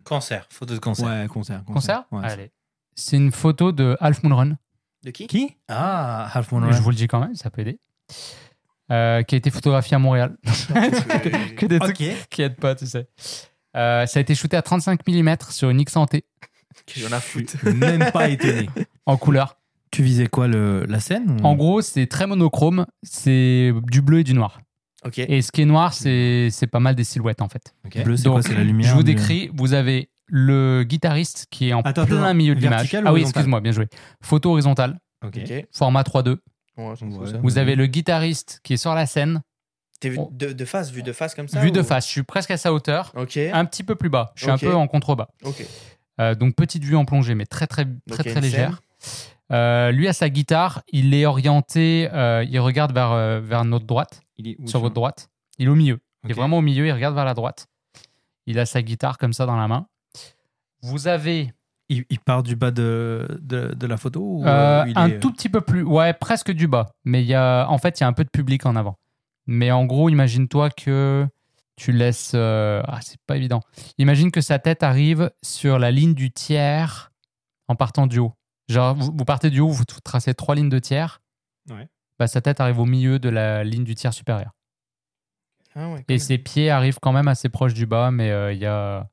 Speaker 4: Cancer, photo de cancer.
Speaker 2: Ouais, concert.
Speaker 1: Concert
Speaker 2: ouais.
Speaker 1: Allez. C'est une photo de Half Moon Run.
Speaker 3: De qui
Speaker 2: Qui
Speaker 4: Ah, Half Moon
Speaker 1: Mais Je vous le dis quand même, ça peut aider. Euh, qui a été photographié à Montréal. que des trucs qui aident pas, tu sais. Euh, ça a été shooté à 35 mm sur une X100T
Speaker 3: J'en ai foutu.
Speaker 2: Même pas étonné.
Speaker 1: en couleur.
Speaker 4: Tu visais quoi, le, la scène
Speaker 1: En gros, c'est très monochrome, c'est du bleu et du noir.
Speaker 3: Ok.
Speaker 1: Et ce qui est noir, c'est c'est pas mal des silhouettes en fait.
Speaker 4: Eh, Bleu, c'est quoi
Speaker 1: Donc,
Speaker 4: C'est la lumière euh,
Speaker 1: Je vous
Speaker 4: du-
Speaker 1: décris, vous avez le guitariste qui est en
Speaker 2: Attends,
Speaker 1: plein
Speaker 2: attends,
Speaker 1: milieu de l'image.
Speaker 2: vertical ou
Speaker 1: Ah oui,
Speaker 2: horizontal
Speaker 1: excuse-moi, bien joué. Photo horizontale,
Speaker 2: Ok.
Speaker 3: Ok.
Speaker 1: format 3.2.
Speaker 3: Ouais, on s'en fout,
Speaker 2: Ouais.
Speaker 3: ça.
Speaker 4: Hmm.
Speaker 1: Vous avez le guitariste qui est sur la scène,
Speaker 3: T'es vu
Speaker 1: On-
Speaker 3: de, de face, vu de face comme ça
Speaker 1: vue
Speaker 3: ou-
Speaker 1: de face. Je suis presque à sa hauteur,
Speaker 3: Ok.
Speaker 4: Ah.
Speaker 1: un petit peu plus bas. Je suis
Speaker 3: Ok.
Speaker 1: un peu en contrebas.
Speaker 3: Ok.
Speaker 1: Euh, donc petite vue en plongée, mais très très très
Speaker 3: il y a
Speaker 1: très
Speaker 3: une
Speaker 1: légère. Euh, lui à sa guitare, il est orienté, euh, il regarde vers euh, vers notre droite,
Speaker 2: Il est où,
Speaker 1: sur
Speaker 2: tu
Speaker 1: votre
Speaker 2: vois
Speaker 1: droite. Il est au milieu. Il est
Speaker 2: Ok.
Speaker 1: vraiment au milieu. Il regarde vers la droite. Il a sa guitare comme ça dans la main. Vous avez
Speaker 4: il, il part du bas de, de, de la photo ou,
Speaker 1: euh,
Speaker 4: euh, il
Speaker 1: un
Speaker 4: est-
Speaker 1: tout petit peu plus, ouais, presque du bas. Mais il y a, en fait, il y a un peu de public en avant. Mais en gros, imagine-toi que tu laisses, euh, ah, c'est pas évident. Imagine que sa tête arrive sur la ligne du tiers en partant du haut. Genre, vous, vous partez du haut, vous tracez trois lignes de tiers.
Speaker 2: Ouais.
Speaker 1: Bah, sa tête arrive au milieu de la ligne du tiers supérieur.
Speaker 3: Ah ouais, quand
Speaker 1: Et
Speaker 3: même.
Speaker 1: ses pieds arrivent quand même assez proches du bas, mais euh, il y, a,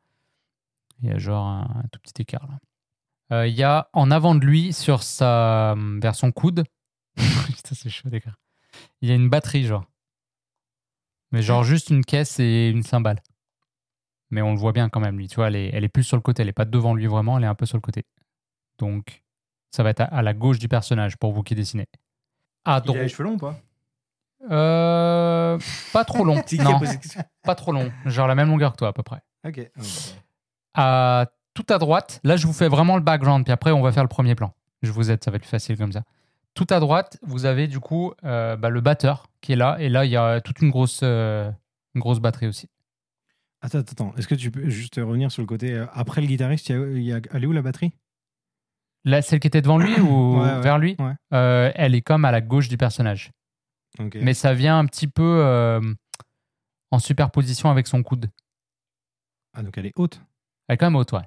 Speaker 1: il y a genre un, un tout petit écart là. Euh, Il y a en avant de lui, sur sa, hum, vers son coude, putain c'est chaud d'écrire. Il y a une batterie genre, mais genre juste une caisse et une cymbale. Mais on le voit bien quand même lui, tu vois, elle est, elle est plus sur le côté, elle est pas devant lui vraiment, elle est un peu sur le côté. Donc ça va être à, à la gauche du personnage pour vous qui dessinez. Ah, À
Speaker 2: Il a les
Speaker 1: droite,
Speaker 2: cheveux longs ou pas
Speaker 1: Euh, pas trop long.
Speaker 3: C'est qui qui a
Speaker 1: non
Speaker 3: posé cette question
Speaker 1: pas trop long, genre la même longueur que toi à peu près.
Speaker 2: Ok.
Speaker 1: À tout à droite, là je vous fais vraiment le background, puis après on va faire le premier plan. Je vous aide, ça va être plus facile comme ça. Tout à droite, vous avez du coup euh, bah, le batteur qui est là, et là il y a toute une grosse, euh, une grosse batterie aussi.
Speaker 2: Attends, attends, attends. Est-ce que tu peux juste revenir sur le côté euh, après le guitariste, il y a- il y a- elle est où la batterie
Speaker 1: Là, celle qui était devant lui ou
Speaker 2: Ouais, ouais,
Speaker 1: vers lui,
Speaker 2: ouais.
Speaker 1: euh, elle est comme à la gauche du personnage.
Speaker 2: Ok.
Speaker 1: Mais ça vient un petit peu euh, en superposition avec son coude.
Speaker 2: Ah donc elle est haute.
Speaker 1: Elle est quand même haute, ouais.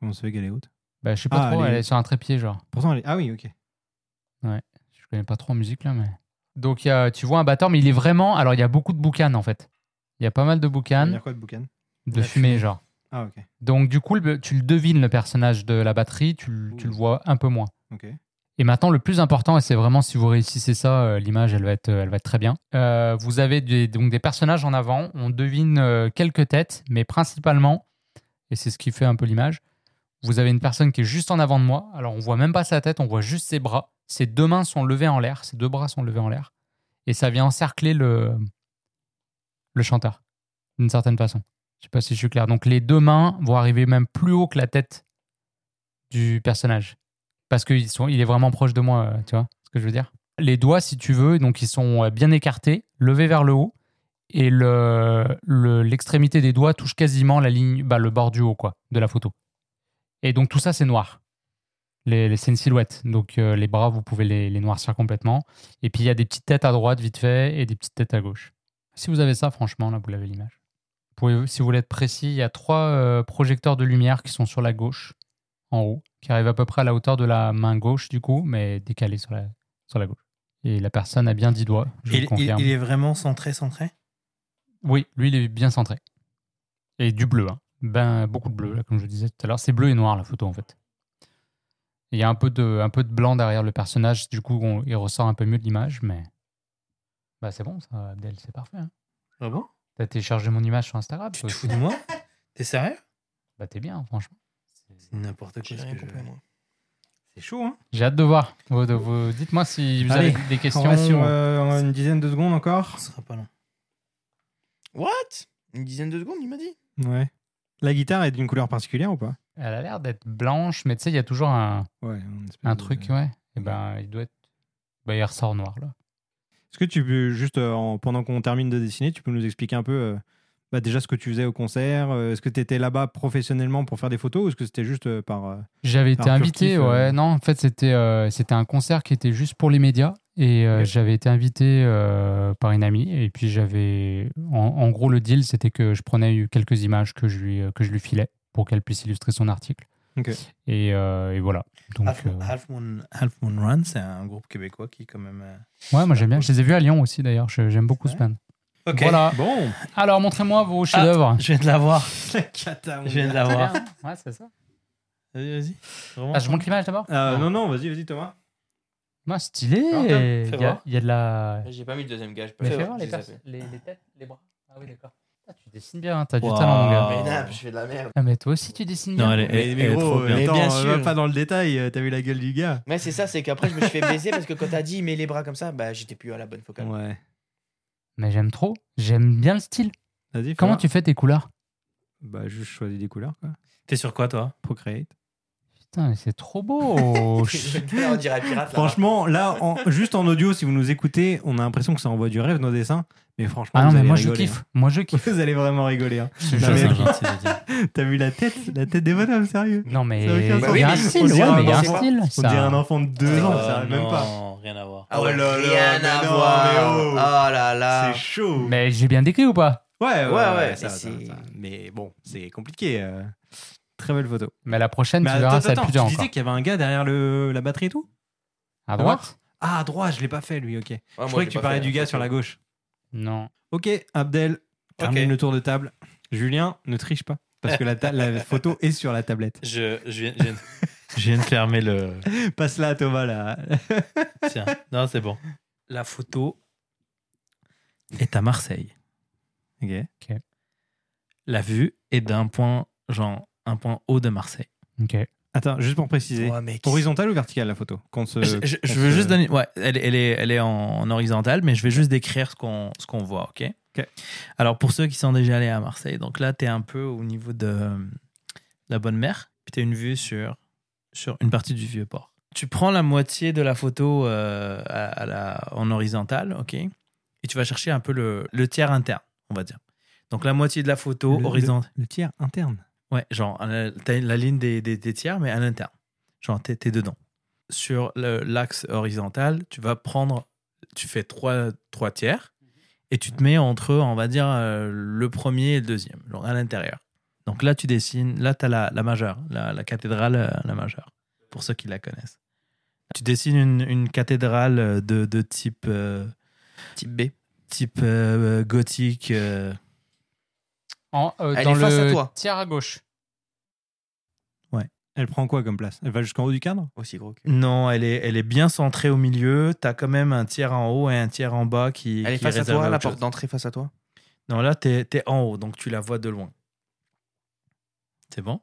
Speaker 2: Comment ça fait qu'elle est haute
Speaker 1: Bah, je sais pas
Speaker 2: Ah,
Speaker 1: trop,
Speaker 2: elle est-
Speaker 1: elle est sur un trépied genre.
Speaker 2: Pourtant elle est. Ah oui, ok.
Speaker 1: Je connais pas trop en musique là, mais. Donc il y a- tu vois un batteur, mais il est vraiment. Alors il y a beaucoup de boucan en fait. Il y a pas mal de
Speaker 2: Ça veut
Speaker 1: boucan,
Speaker 2: dire quoi de boucan
Speaker 1: de fumée genre.
Speaker 2: Ah ok.
Speaker 1: Donc du coup, le- tu le devines le personnage de la batterie, tu, le- tu le vois un peu moins.
Speaker 2: Ok.
Speaker 1: Et maintenant, le plus important, et c'est vraiment si vous réussissez ça, euh, l'image elle va être, elle va être très bien. Euh, vous avez des, donc des personnages en avant, on devine euh, quelques têtes, mais principalement, et c'est ce qui fait un peu l'image, vous avez une personne qui est juste en avant de moi. Alors on voit même pas sa tête, on voit juste ses bras. Ses deux mains sont levées en l'air, ses deux bras sont levés en l'air, et ça vient encercler le le chanteur d'une certaine façon. Je sais pas si je suis clair. Donc les deux mains vont arriver même plus haut que la tête du personnage parce qu'il sont, il est vraiment proche de moi, euh, tu vois ce que je veux dire. Les doigts, si tu veux, donc ils sont euh, bien écartés, levés vers le haut, et le le- l'extrémité des doigts touche quasiment la ligne, bah, le bord du haut quoi, de la photo. Et donc tout ça c'est noir. Les, les- c'est une silhouette, donc euh, les bras vous pouvez les, les noircir complètement. Et puis il y a des petites têtes à droite vite fait et des petites têtes à gauche. Si vous avez ça, franchement, là, vous l'avez l'image. Pour- Si vous voulez être précis, il y a trois euh, projecteurs de lumière qui sont sur la gauche, en haut, qui arrivent à peu près à la hauteur de la main gauche, du coup, mais décalés sur la, sur la gauche. Et la personne a bien 10 doigts, je vous
Speaker 4: Il,
Speaker 1: le
Speaker 4: il-
Speaker 1: confirme.
Speaker 4: il est vraiment centré, centré.
Speaker 1: Oui, lui, il est bien centré. Et du bleu. hein. Ben, beaucoup de bleu, là, comme je disais tout à l'heure. C'est bleu et noir, la photo, en fait. Il y a un peu de, un peu de blanc derrière le personnage. Du coup, on- il ressort un peu mieux de l'image, mais... Bah, c'est bon, ça, Abdel, c'est parfait. hein.
Speaker 4: Ah bon
Speaker 1: T'as téléchargé mon image sur Instagram,
Speaker 4: Tu
Speaker 1: toi
Speaker 4: te
Speaker 1: aussi.
Speaker 4: fous de moi T'es sérieux
Speaker 1: Bah, t'es bien, franchement.
Speaker 4: C'est n'importe quoi.
Speaker 3: J'ai
Speaker 4: ce
Speaker 3: rien
Speaker 4: que je-
Speaker 3: compris, moi.
Speaker 2: C'est chaud, hein
Speaker 1: J'ai hâte de voir. Vous- de- vous- Dites-moi si vous
Speaker 2: Allez,
Speaker 1: avez des questions.
Speaker 2: On reste sur euh, une dizaine de secondes encore.
Speaker 4: Ce sera pas long.
Speaker 3: What Une dizaine de secondes, il m'a dit.
Speaker 2: Ouais. La guitare est d'une couleur particulière ou pas
Speaker 1: Elle a l'air d'être blanche, mais tu sais, il y a toujours un,
Speaker 2: Ouais.
Speaker 4: Euh,
Speaker 1: un truc, ouais. Et ben, il doit être... Ben, il ressort noir, là.
Speaker 2: Est-ce que tu peux, juste euh, en- pendant qu'on termine de dessiner, tu peux nous expliquer un peu euh, bah, déjà ce que tu faisais au concert euh, Est-ce que tu étais là-bas professionnellement pour faire des photos ou est-ce que c'était juste euh, par. euh,
Speaker 1: J'avais été
Speaker 2: pur
Speaker 1: invité,
Speaker 2: kiff,
Speaker 1: ouais.
Speaker 2: euh.
Speaker 1: Non, en fait, c'était euh, c'était un concert qui était juste pour les médias. Et euh,
Speaker 2: Ok.
Speaker 1: j'avais été invité euh, par une amie. Et puis, j'avais. En, en gros, le deal, c'était que je prenais quelques images que je lui, euh, que je lui filais pour qu'elle puisse illustrer son article.
Speaker 2: Ok. Ah,
Speaker 1: Et, euh, et voilà. Donc,
Speaker 4: Half,
Speaker 1: euh,
Speaker 4: Half Moon, Half Moon Run, c'est un groupe québécois qui, quand même. euh,
Speaker 1: ouais, moi, j'aime bien. Je les ai vus à Lyon aussi, d'ailleurs. Je- J'aime beaucoup ce
Speaker 4: Ouais.
Speaker 1: band.
Speaker 4: Ok.
Speaker 1: Voilà.
Speaker 2: Bon
Speaker 1: Alors, montrez-moi vos chefs-d'œuvre.
Speaker 4: Je viens de l'avoir.
Speaker 2: La cata,
Speaker 4: Je viens de l'avoir.
Speaker 1: ouais, c'est ça.
Speaker 4: Vas-y, vas-y. Vraiment.
Speaker 1: Ah, je montre l'image d'abord
Speaker 2: Euh, non, non, vas-y, vas-y, Thomas.
Speaker 1: Ah, Stylé
Speaker 3: Alors, fais
Speaker 1: Il y, a-
Speaker 3: voir.
Speaker 1: il y a de la.
Speaker 3: J'ai pas mis le deuxième gage.
Speaker 1: Mais fais voir les, perso- les, les têtes, les bras. Ah oui, d'accord. Ah, tu dessines bien, hein, t'as du talent, mon gars.
Speaker 4: Waouh.
Speaker 3: non, je fais de la merde.
Speaker 1: Ah, mais toi aussi, tu dessines
Speaker 2: Ah, Non,
Speaker 1: bien.
Speaker 2: elle est,
Speaker 3: Mais-
Speaker 2: elle-
Speaker 3: mais
Speaker 2: elle est
Speaker 3: gros,
Speaker 2: trop bien.
Speaker 3: mais
Speaker 2: euh, Attends,
Speaker 3: bien
Speaker 2: on va
Speaker 3: sûr.
Speaker 2: pas dans le détail, euh, t'as vu la gueule du gars.
Speaker 3: Ouais, c'est ça, c'est qu'après, je me suis fait baiser parce que quand t'as dit, mets les bras comme ça, bah j'étais plus à la bonne focale.
Speaker 2: Ouais.
Speaker 1: Mais j'aime trop. J'aime bien le style.
Speaker 2: Vas-y, fais
Speaker 1: Comment
Speaker 2: voir.
Speaker 1: tu fais tes couleurs
Speaker 2: Bah, juste choisis des couleurs, quoi.
Speaker 4: T'es sur quoi, toi
Speaker 2: Procreate.
Speaker 1: Putain, mais c'est trop beau.
Speaker 3: Je- là, on dirait pirate. là.
Speaker 2: Oh, Franchement, là, en- juste en audio, si vous nous écoutez, on a l'impression que ça envoie du rêve, nos dessins. Mais franchement,
Speaker 1: ah non,
Speaker 2: vous
Speaker 1: mais
Speaker 2: allez
Speaker 1: moi, je
Speaker 2: rigoler,
Speaker 1: kiffe. Moi, je
Speaker 2: hein.
Speaker 1: kiffe.
Speaker 2: Vous allez vraiment rigoler. hein.
Speaker 1: Je-
Speaker 2: Non, mais-
Speaker 1: je-
Speaker 2: T'as vu la tête La tête des bonhommes, sérieux
Speaker 1: Non, mais
Speaker 2: Ça veut dire
Speaker 1: il
Speaker 2: ça.
Speaker 1: y
Speaker 2: Bah
Speaker 1: a un
Speaker 2: oui, mais
Speaker 1: style.
Speaker 2: on
Speaker 1: Ouais,
Speaker 2: dirait
Speaker 1: mais il y
Speaker 2: un
Speaker 1: a un
Speaker 2: enfant.
Speaker 1: style.
Speaker 2: On dirait un
Speaker 1: Ça...
Speaker 2: enfant de 2 ans, ça arrive même pas.
Speaker 4: Non, rien à voir.
Speaker 3: Ah ouais,
Speaker 2: Oh là là,
Speaker 3: rien
Speaker 2: mais
Speaker 3: à
Speaker 2: non,
Speaker 3: voir.
Speaker 2: mais oh.
Speaker 3: Oh là là.
Speaker 2: C'est chaud.
Speaker 1: Mais j'ai bien décrit ou pas
Speaker 2: Ouais, ouais,
Speaker 3: Ouais,
Speaker 2: ouais.
Speaker 3: ouais,
Speaker 2: ça, ça,
Speaker 3: mais c'est-
Speaker 2: ça. Mais bon, c'est compliqué. euh. Très belle photo.
Speaker 1: Mais la prochaine,
Speaker 2: Mais
Speaker 1: tu verras,
Speaker 2: Bah, attends,
Speaker 1: ça va être
Speaker 2: attends,
Speaker 1: plus
Speaker 2: tu
Speaker 1: dur
Speaker 2: disais
Speaker 1: encore.
Speaker 2: qu'il y avait un gars derrière le, la batterie et tout
Speaker 1: À
Speaker 2: veux
Speaker 1: droite
Speaker 2: Ah, à droite, je l'ai pas fait
Speaker 1: Ah,
Speaker 2: lui, ok.
Speaker 3: Ouais, moi,
Speaker 2: je croyais
Speaker 3: j'ai
Speaker 2: que tu
Speaker 3: pas
Speaker 2: parlais
Speaker 3: fait,
Speaker 2: du
Speaker 3: hein,
Speaker 2: gars
Speaker 3: faut
Speaker 2: sur
Speaker 3: que-
Speaker 1: euh.
Speaker 2: la gauche.
Speaker 1: Non.
Speaker 2: Ok, Abdel, termine le tour de table. Julien, ne triche pas, parce que la, ta- la photo est sur la tablette.
Speaker 4: Je, je, viens, je, viens, je viens de fermer le.
Speaker 2: Passe-la à Thomas, là.
Speaker 4: Tiens, non, c'est bon. La photo est à Marseille.
Speaker 2: Ok.
Speaker 4: La vue est d'un point, genre, un point haut de Marseille.
Speaker 1: Ok.
Speaker 2: Attends, juste pour préciser.
Speaker 3: Ouais, mec.
Speaker 2: Horizontale ou verticale, la photo Qu'on se-
Speaker 4: je, je- je
Speaker 2: qu'on
Speaker 4: veux
Speaker 2: se-
Speaker 4: juste donner. Ouais, elle, elle est, elle est en, en horizontale, mais je vais juste décrire ce qu'on ce qu'on voit, ok
Speaker 2: Ok.
Speaker 4: Alors, pour ceux qui sont déjà allés à Marseille, donc là, tu es un peu au niveau de euh, la Bonne Mer, puis tu as une vue sur, sur une partie du vieux port. Tu prends la moitié de la photo euh, à, à la, en horizontale, ok Et tu vas chercher un peu le, le tiers interne, on va dire. Donc, la moitié de la photo
Speaker 2: Le-
Speaker 4: horizontale.
Speaker 2: Le tiers interne.
Speaker 4: Ouais, genre, à la- t'as la ligne des, des, des tiers, mais à l'interne. Genre, t'es, t'es dedans. Sur le- l'axe horizontal, tu vas prendre, tu fais trois, trois tiers et tu te mets entre, on va dire, euh, le premier et le deuxième, genre à l'intérieur. Donc là, tu dessines, là, t'as la, la majeure, la, la cathédrale, euh, la majeure, pour ceux qui la connaissent. Tu dessines une, une cathédrale euh, de, de type, euh,
Speaker 3: Type B.
Speaker 4: type euh, gothique. euh,
Speaker 1: En, euh,
Speaker 3: Elle
Speaker 1: dans
Speaker 3: est face à
Speaker 1: le
Speaker 3: toi.
Speaker 1: tiers à gauche.
Speaker 2: Elle prend quoi comme place Elle va jusqu'en haut du cadre
Speaker 3: Aussi gros
Speaker 2: Mmh,
Speaker 3: que.
Speaker 4: Non, elle est, elle est bien centrée au milieu. T'as quand même un tiers en haut et un tiers en bas qui.
Speaker 3: Elle est
Speaker 4: qui
Speaker 3: face à
Speaker 4: réservé
Speaker 3: toi, la
Speaker 4: autre chose.
Speaker 3: porte d'entrée face à toi.
Speaker 4: Non, là, t'es es en haut, donc tu la vois de loin. C'est bon